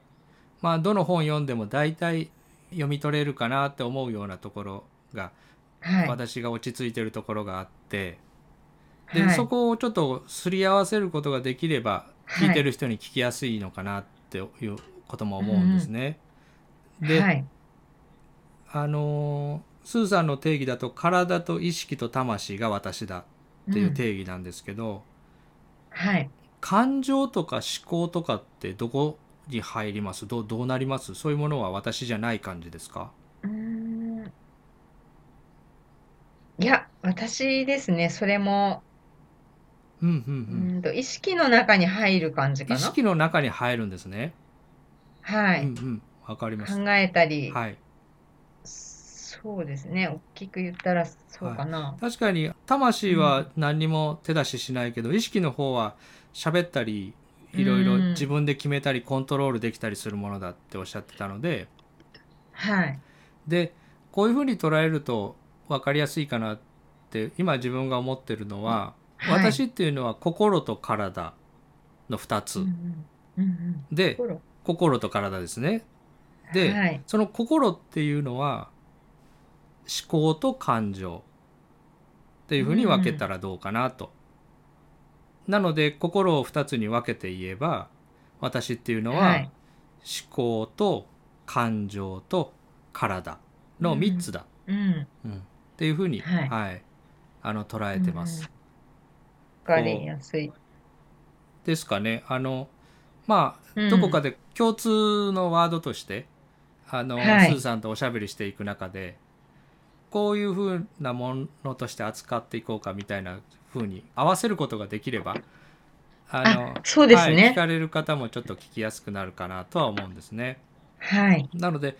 Speaker 2: まあ、どの本読んでも大体読み取れるかなって思うようなところが、
Speaker 1: はい。
Speaker 2: 私が落ち着いてるところがあってで、
Speaker 1: はい
Speaker 2: そこをちょっとすり合わせることができれば
Speaker 1: はい
Speaker 2: 聞いてる人に聞きやすいのかなっていうことも思うんですね。で、
Speaker 1: はい。
Speaker 2: あのースーさんの定義だと体と意識と魂が私だっていう定義なんですけど、
Speaker 1: うんはい。
Speaker 2: 感情とか思考とかってどこに入りますどうどうなりますそういうものは私じゃない感じですか
Speaker 1: うーんいや、私ですね、それも、
Speaker 2: うんう
Speaker 1: うんーんと、意識の中に入る感じ
Speaker 2: うん。
Speaker 1: か
Speaker 2: 意
Speaker 1: な。
Speaker 2: 識の中に入るんですね。
Speaker 1: は
Speaker 2: うん
Speaker 1: い。
Speaker 2: うん。わかります。
Speaker 1: 考えたり、
Speaker 2: はい。
Speaker 1: そうですね、大きく言ったらそうかな。
Speaker 2: 確かに魂は何にも手出ししないけど、意識の方は喋ったりいろいろ
Speaker 1: うん
Speaker 2: 自分で決めたりコントロールできたりするものだっておっしゃってたので
Speaker 1: はい。
Speaker 2: でこういうふうに捉えると分かりやすいかなって今自分が思ってるの
Speaker 1: は
Speaker 2: は、
Speaker 1: い
Speaker 2: 私っていうのは心と体の2つ、
Speaker 1: うんうんうんうん
Speaker 2: で
Speaker 1: 心
Speaker 2: 心と体ですねで、
Speaker 1: はい。
Speaker 2: その心っていうのは思考と感情っていうふうに分けたらどうかなと、なので心を2つに分けて言えば私っていうの
Speaker 1: は
Speaker 2: はい思考と感情と体の3つだ、
Speaker 1: うん。
Speaker 2: うんっていうふうに、は
Speaker 1: はいい
Speaker 2: あの捉えてます。
Speaker 1: うんわかりやすい。
Speaker 2: ですかねあのま
Speaker 1: う
Speaker 2: あ
Speaker 1: ん
Speaker 2: どこかで共通のワードとして、あの
Speaker 1: はい
Speaker 2: スーさんとおしゃべりしていく中でこういうふうなものとして扱っていこうかみたいなふうに合わせることができればあの
Speaker 1: あ、そうです
Speaker 2: はい、聞
Speaker 1: ね。
Speaker 2: かれる方もちょっと聞きやすくなるかなとは思うんですね。
Speaker 1: はい。
Speaker 2: なので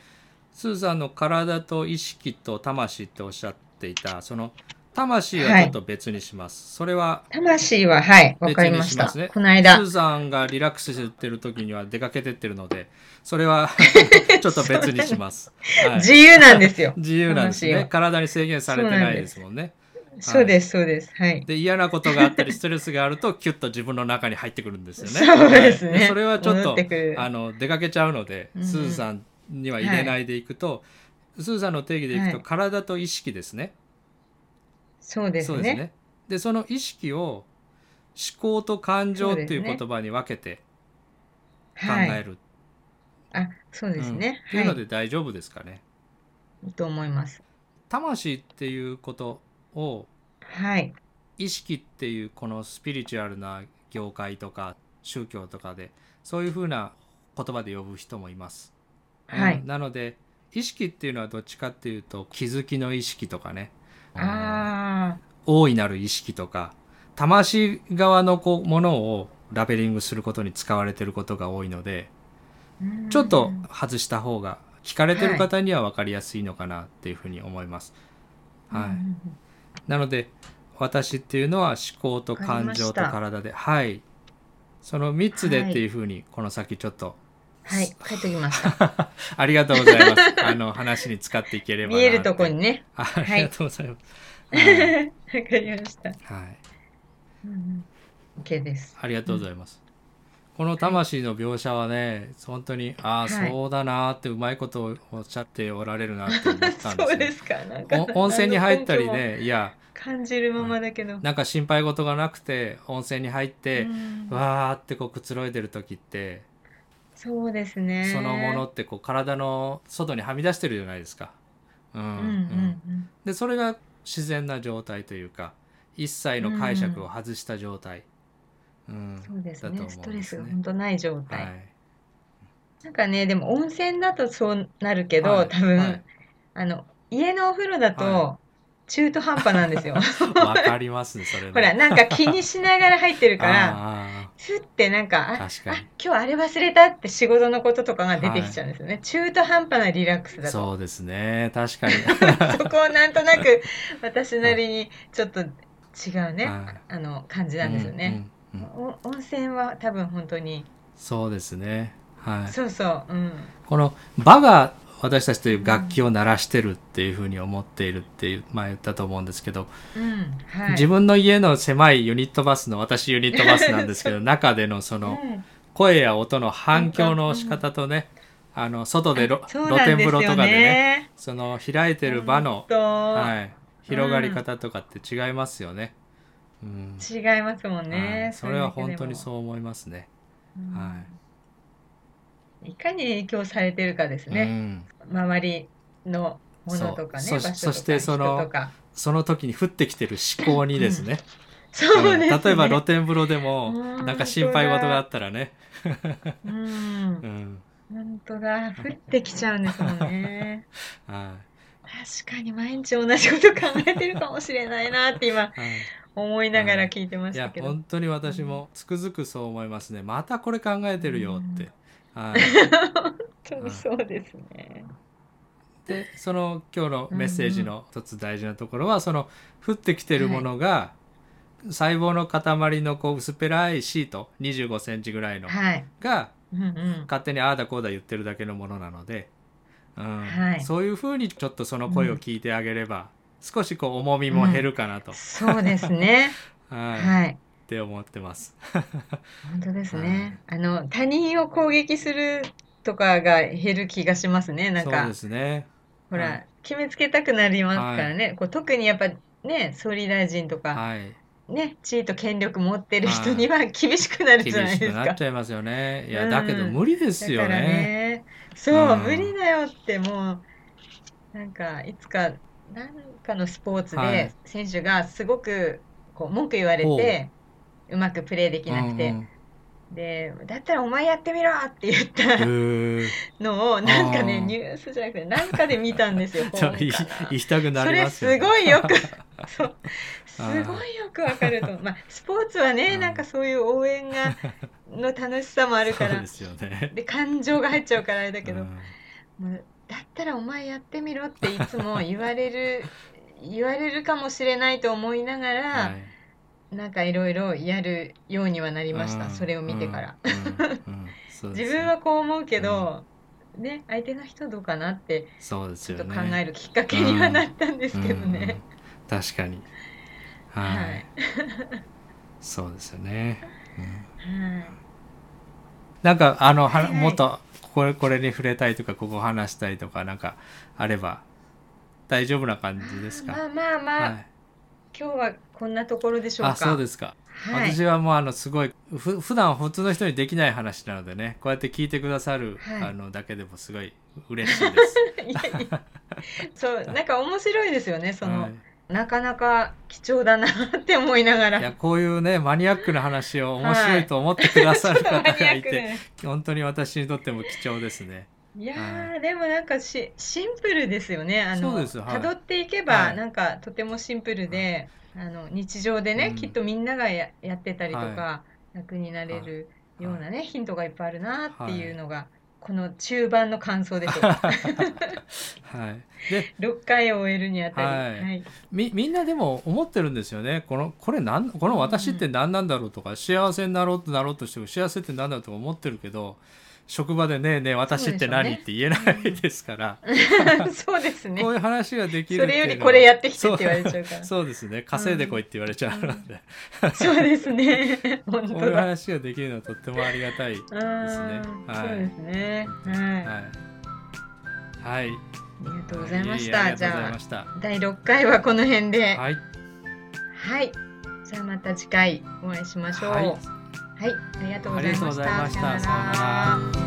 Speaker 2: スーさんの体と意識と魂っておっしゃっていたその魂はちょっと別にします。それは
Speaker 1: 魂は、はい、わかりました。
Speaker 2: 別にしますね
Speaker 1: この間
Speaker 2: スー、さんがリラックスしてる時には出かけてってるのでそれはあちょっと別にします。はい
Speaker 1: 自由なんですよ。
Speaker 2: 自由なんです
Speaker 1: 話
Speaker 2: ね
Speaker 1: を。
Speaker 2: 体に制限されてないですもんね。
Speaker 1: そうです、そうです。はい。
Speaker 2: で嫌なことがあったりストレスがあるとキュッと自分の中に入ってくるんですよね。
Speaker 1: そうですね
Speaker 2: はいそれはちょっ
Speaker 1: 戻
Speaker 2: と
Speaker 1: ってくる
Speaker 2: あの出かけちゃうので、
Speaker 1: うんうん
Speaker 2: スーさんには入れないでいくと、スーさんの定義でいくと、
Speaker 1: はい
Speaker 2: 体と意識ですね。
Speaker 1: そうです
Speaker 2: そうです
Speaker 1: ね。
Speaker 2: ね。でその意識を思考と感情ってい
Speaker 1: そうです
Speaker 2: う
Speaker 1: ね
Speaker 2: 言葉に分けて考
Speaker 1: は
Speaker 2: え
Speaker 1: い。
Speaker 2: る。
Speaker 1: あ、そうですね
Speaker 2: うん。っていう
Speaker 1: は
Speaker 2: の
Speaker 1: い。
Speaker 2: で大丈夫ですかね。
Speaker 1: いいと思います。
Speaker 2: 魂っていうことを
Speaker 1: はい。
Speaker 2: 意識っていうこのスピリチュアルな業界とか宗教とかでそういうふうな言葉で呼ぶ人もいます。うん
Speaker 1: はい。
Speaker 2: なので意識っていうのはどっちかっていうと気づきの意識とかね、うん
Speaker 1: あ
Speaker 2: 大いなる意識とか魂側のこうものをラベリングすることに使われてることが多いので
Speaker 1: あ。うん
Speaker 2: ちょっと外した方が聞かれてる方には分かりやすいのかなっていうふうに思います。はい、
Speaker 1: うん
Speaker 2: なので私っていうのは思考と感情と
Speaker 1: わか
Speaker 2: 体ではいその3つで
Speaker 1: はい
Speaker 2: っていうふうにこの先ちょっと、
Speaker 1: はい。帰ってきました。
Speaker 2: ありがとうございま すあの話に使っていければな
Speaker 1: 見えるとこに
Speaker 2: って
Speaker 1: ね。
Speaker 2: ああ
Speaker 1: い
Speaker 2: りがとうございます
Speaker 1: わ
Speaker 2: はい、はい
Speaker 1: かりました。 うんうん。OK です。
Speaker 2: ありがとうございます、この魂の描写はね本当にああ
Speaker 1: はい
Speaker 2: そうだなーってうまいことをおっしゃっておられるなって思ったんです
Speaker 1: そう
Speaker 2: よ
Speaker 1: ですか。なんか
Speaker 2: お温泉に入ったり。
Speaker 1: 何の根拠も
Speaker 2: ねいや
Speaker 1: 感じるままだけど。
Speaker 2: なんか心配事がなくて温泉に入って、
Speaker 1: うん
Speaker 2: わーってこうくつろいでる時って
Speaker 1: そうですね。
Speaker 2: そのものってこう体の外にはみ出してるじゃないですか。うん
Speaker 1: うん
Speaker 2: う
Speaker 1: うんん
Speaker 2: でそれが自然な状態というか一切の解釈を外した状態、うん
Speaker 1: うん。そうです
Speaker 2: だと
Speaker 1: ね。
Speaker 2: 思うんですね
Speaker 1: ストレスが本当ない状
Speaker 2: は
Speaker 1: 態。
Speaker 2: い、
Speaker 1: なんかね、でも温泉だとそうなるけど、
Speaker 2: はい
Speaker 1: 多分、
Speaker 2: はい
Speaker 1: あの、家のお風呂だ
Speaker 2: は
Speaker 1: と中途半端なんです よ。
Speaker 2: わかりますねそれね。
Speaker 1: ほら、なんか気にしながら入ってるから、
Speaker 2: あ
Speaker 1: ふってなんか、あ、あ、
Speaker 2: 確かに
Speaker 1: 今日あれ忘れたって仕事のこととかが出てきちゃうんですよね。中途半端なリラックス
Speaker 2: ー
Speaker 1: だと。
Speaker 2: そうですね確かに。
Speaker 1: そこをなんとなく私なりにちょっと違うね、
Speaker 2: はい
Speaker 1: あの、感じなんですよね。
Speaker 2: うんうんうん
Speaker 1: お温泉は多分本当に、
Speaker 2: そうですね。はい、
Speaker 1: そうそう、うん。
Speaker 2: この場が私たちという楽器を鳴らしてるっていうふうに思っているっていう、まあ言ったと思うんですけど、
Speaker 1: うん、はい。
Speaker 2: 自分の家の狭いユニットバスの私ユニットバスなんですけ ど中でのその
Speaker 1: うん
Speaker 2: 声や音の反響の仕方とね、あの外でろ
Speaker 1: そう
Speaker 2: 露
Speaker 1: なん
Speaker 2: 天
Speaker 1: です
Speaker 2: 風呂と
Speaker 1: よ
Speaker 2: かでね
Speaker 1: ね。
Speaker 2: その開いてる場の、
Speaker 1: と、
Speaker 2: はい、広がり方とかって違いますよね。うん
Speaker 1: 違いますもん
Speaker 2: は
Speaker 1: ね
Speaker 2: い。それは本当に
Speaker 1: う
Speaker 2: そう思いますね。
Speaker 1: だけでも。。
Speaker 2: はい
Speaker 1: いかに影響されてるかです
Speaker 2: う
Speaker 1: ね。
Speaker 2: ん、
Speaker 1: 周りのものとかね、
Speaker 2: そう
Speaker 1: 場所とか
Speaker 2: そしてその
Speaker 1: 人とか。
Speaker 2: その時に降ってきてる思考にです ね、
Speaker 1: そうです、ね
Speaker 2: うん例えば露天風呂でも
Speaker 1: うん
Speaker 2: なんか心配事があったらね、
Speaker 1: うん
Speaker 2: う。ん
Speaker 1: 本当だ。降ってきちゃうんですもんね。
Speaker 2: は
Speaker 1: 確かに毎日同じこと考えてるかもしれないなって今
Speaker 2: いはい、
Speaker 1: 思いながら聞いてま
Speaker 2: い
Speaker 1: し
Speaker 2: や
Speaker 1: たけど。
Speaker 2: 本当に私もつくづくそう思いますねまたこれ考えてるよって、 はい
Speaker 1: 本当にそうですね。
Speaker 2: でその今日のメッセージの一つ大事なところは、その降ってきてるものが細胞の塊のこう薄っぺらいシート2 5センチぐらいの
Speaker 1: はい。
Speaker 2: が
Speaker 1: うんうん。
Speaker 2: 勝手にああだこうだ言ってるだけのものなので、うん
Speaker 1: はい
Speaker 2: そういうふうにちょっとその声を聞いてあげれば、少しこう重みも減るかなと、
Speaker 1: そうですね。
Speaker 2: はい
Speaker 1: はい。
Speaker 2: って思ってます。
Speaker 1: 本当ですね。あの他人を攻撃するとかが減る気がしますね。なん
Speaker 2: そう
Speaker 1: か
Speaker 2: ですね
Speaker 1: ほら、
Speaker 2: はい
Speaker 1: 決めつけたくなりますからね。こう特にやっぱね総理大臣とか、
Speaker 2: はい
Speaker 1: ね地位と権力持ってる人には厳しくなるじゃ
Speaker 2: 厳
Speaker 1: ない
Speaker 2: し
Speaker 1: で
Speaker 2: く
Speaker 1: す
Speaker 2: な
Speaker 1: か。
Speaker 2: っちゃいますよね。いうや
Speaker 1: ん
Speaker 2: だけど無理で
Speaker 1: だ
Speaker 2: す
Speaker 1: か
Speaker 2: よ
Speaker 1: ら
Speaker 2: ね。
Speaker 1: ね。そう
Speaker 2: うん
Speaker 1: 無理だよってもうなんかいつかなんかのスポーツ
Speaker 2: は
Speaker 1: で
Speaker 2: い
Speaker 1: 選手がすごくこう文句言われ
Speaker 2: ほ
Speaker 1: てうまくプレーできなくて。
Speaker 2: うんうん
Speaker 1: で、だったらお前やってみろって言っ
Speaker 2: へ
Speaker 1: た
Speaker 2: ー
Speaker 1: のを、なんか
Speaker 2: あ
Speaker 1: ね、
Speaker 2: ー
Speaker 1: ニュースじゃなくて、なんかで見たんですよ、
Speaker 2: ちょ
Speaker 1: 本か
Speaker 2: 言い
Speaker 1: な
Speaker 2: 言いたくな
Speaker 1: そ
Speaker 2: り
Speaker 1: れ
Speaker 2: ますよね。
Speaker 1: すごいよく、 そう、す
Speaker 2: あ
Speaker 1: ご
Speaker 2: ー
Speaker 1: いよくわかると思う。まあ、スポーツは
Speaker 2: う
Speaker 1: ね、
Speaker 2: ん
Speaker 1: なんかそういう応援が、の楽しさもあるか
Speaker 2: そう
Speaker 1: ら
Speaker 2: で、すよね。
Speaker 1: で、感情が入っちゃうからあれだけ
Speaker 2: う
Speaker 1: ど、
Speaker 2: ん
Speaker 1: もうだったらお前やってみろっていつも言われ る、言われるかもしれないと思いなが
Speaker 2: は
Speaker 1: ら、
Speaker 2: い
Speaker 1: なんかいろいろやるようにはなりました、
Speaker 2: うん
Speaker 1: それを見てから。
Speaker 2: うんうんうんそう
Speaker 1: 自
Speaker 2: ですね
Speaker 1: 分はこう思うけど、ね、相手の人どうかなって
Speaker 2: そうです
Speaker 1: ちょっ
Speaker 2: よ
Speaker 1: と
Speaker 2: ね
Speaker 1: 考えるきっかけにはなったんですけど
Speaker 2: うんうん
Speaker 1: ね。
Speaker 2: 確かにはい、
Speaker 1: はい、
Speaker 2: そうですよね、うん
Speaker 1: はい
Speaker 2: なんかあの、は
Speaker 1: はいはい
Speaker 2: もっとこれこれに触れたいとかここ話したいとかなんかあれば大丈夫な感じです
Speaker 1: まあ
Speaker 2: か
Speaker 1: まあまあ、
Speaker 2: はい
Speaker 1: 今日はこんなところでしょうか。
Speaker 2: あそうですか、
Speaker 1: はい、
Speaker 2: 私はもうあのすごいふ普段普通の人にできない話なのでねこうやって聞いてくださる、
Speaker 1: はい
Speaker 2: あのだけでもすごい嬉しいです。
Speaker 1: いやいやそうなんか面白いですよ ねその、
Speaker 2: はい
Speaker 1: なかなか貴重だなって思いながら
Speaker 2: いやこういうねマニアックな話を面白いと思ってくださ る
Speaker 1: マニア
Speaker 2: 方がい
Speaker 1: ッ
Speaker 2: て、
Speaker 1: クで
Speaker 2: 本当に私にとっても貴重ですね。
Speaker 1: いやー、
Speaker 2: は
Speaker 1: でもなんかしシンプルですよねあ
Speaker 2: そう
Speaker 1: の
Speaker 2: ですはい
Speaker 1: 辿っていけ
Speaker 2: は
Speaker 1: ば
Speaker 2: い
Speaker 1: なんかとてもシンプルで、あの日常でね、
Speaker 2: うん
Speaker 1: きっとみんながややってたりとか、
Speaker 2: は
Speaker 1: 楽になれるようなね、ヒントがいっぱいあるなっていうのが、この中盤の感想でしょうか
Speaker 2: はい、で
Speaker 1: 6回を終えるにあたり、
Speaker 2: はい
Speaker 1: はい
Speaker 2: みみんなでも思ってるんですよねこのこれなんこの私って何なんだろうとか、幸せになろうとなろうとしても幸せって何だろうとか思ってるけど職場で「ねえねえ私って何
Speaker 1: そうでしょうね
Speaker 2: って言えないですから、
Speaker 1: そうですね
Speaker 2: こういう話ができる
Speaker 1: そ
Speaker 2: って
Speaker 1: れ
Speaker 2: い
Speaker 1: よ
Speaker 2: う
Speaker 1: り
Speaker 2: のは
Speaker 1: これやってきてって言われちゃうか
Speaker 2: そう
Speaker 1: ら。
Speaker 2: そうですね稼いでこいって言われちゃうので、
Speaker 1: そうです ね。本
Speaker 2: こうい
Speaker 1: 当
Speaker 2: う
Speaker 1: だ。
Speaker 2: 話ができるのはとってもありがたい、
Speaker 1: うーん
Speaker 2: ですねはい
Speaker 1: そうですね。はい。あ
Speaker 2: はいはい、
Speaker 1: りがとうございまし
Speaker 2: ええあ
Speaker 1: た。
Speaker 2: りが
Speaker 1: じ
Speaker 2: とうござ
Speaker 1: ゃ
Speaker 2: い
Speaker 1: あ
Speaker 2: ました
Speaker 1: 第6回はこの辺で。
Speaker 2: はい、
Speaker 1: はい。じゃあまた次回お会いしましょう。
Speaker 2: はい
Speaker 1: はい、ありがとうご
Speaker 2: あ
Speaker 1: ざ
Speaker 2: り
Speaker 1: い
Speaker 2: がと
Speaker 1: ま
Speaker 2: うご
Speaker 1: し
Speaker 2: ざい
Speaker 1: た。
Speaker 2: ました
Speaker 1: さよ
Speaker 2: さよ
Speaker 1: な
Speaker 2: う
Speaker 1: ら
Speaker 2: なら。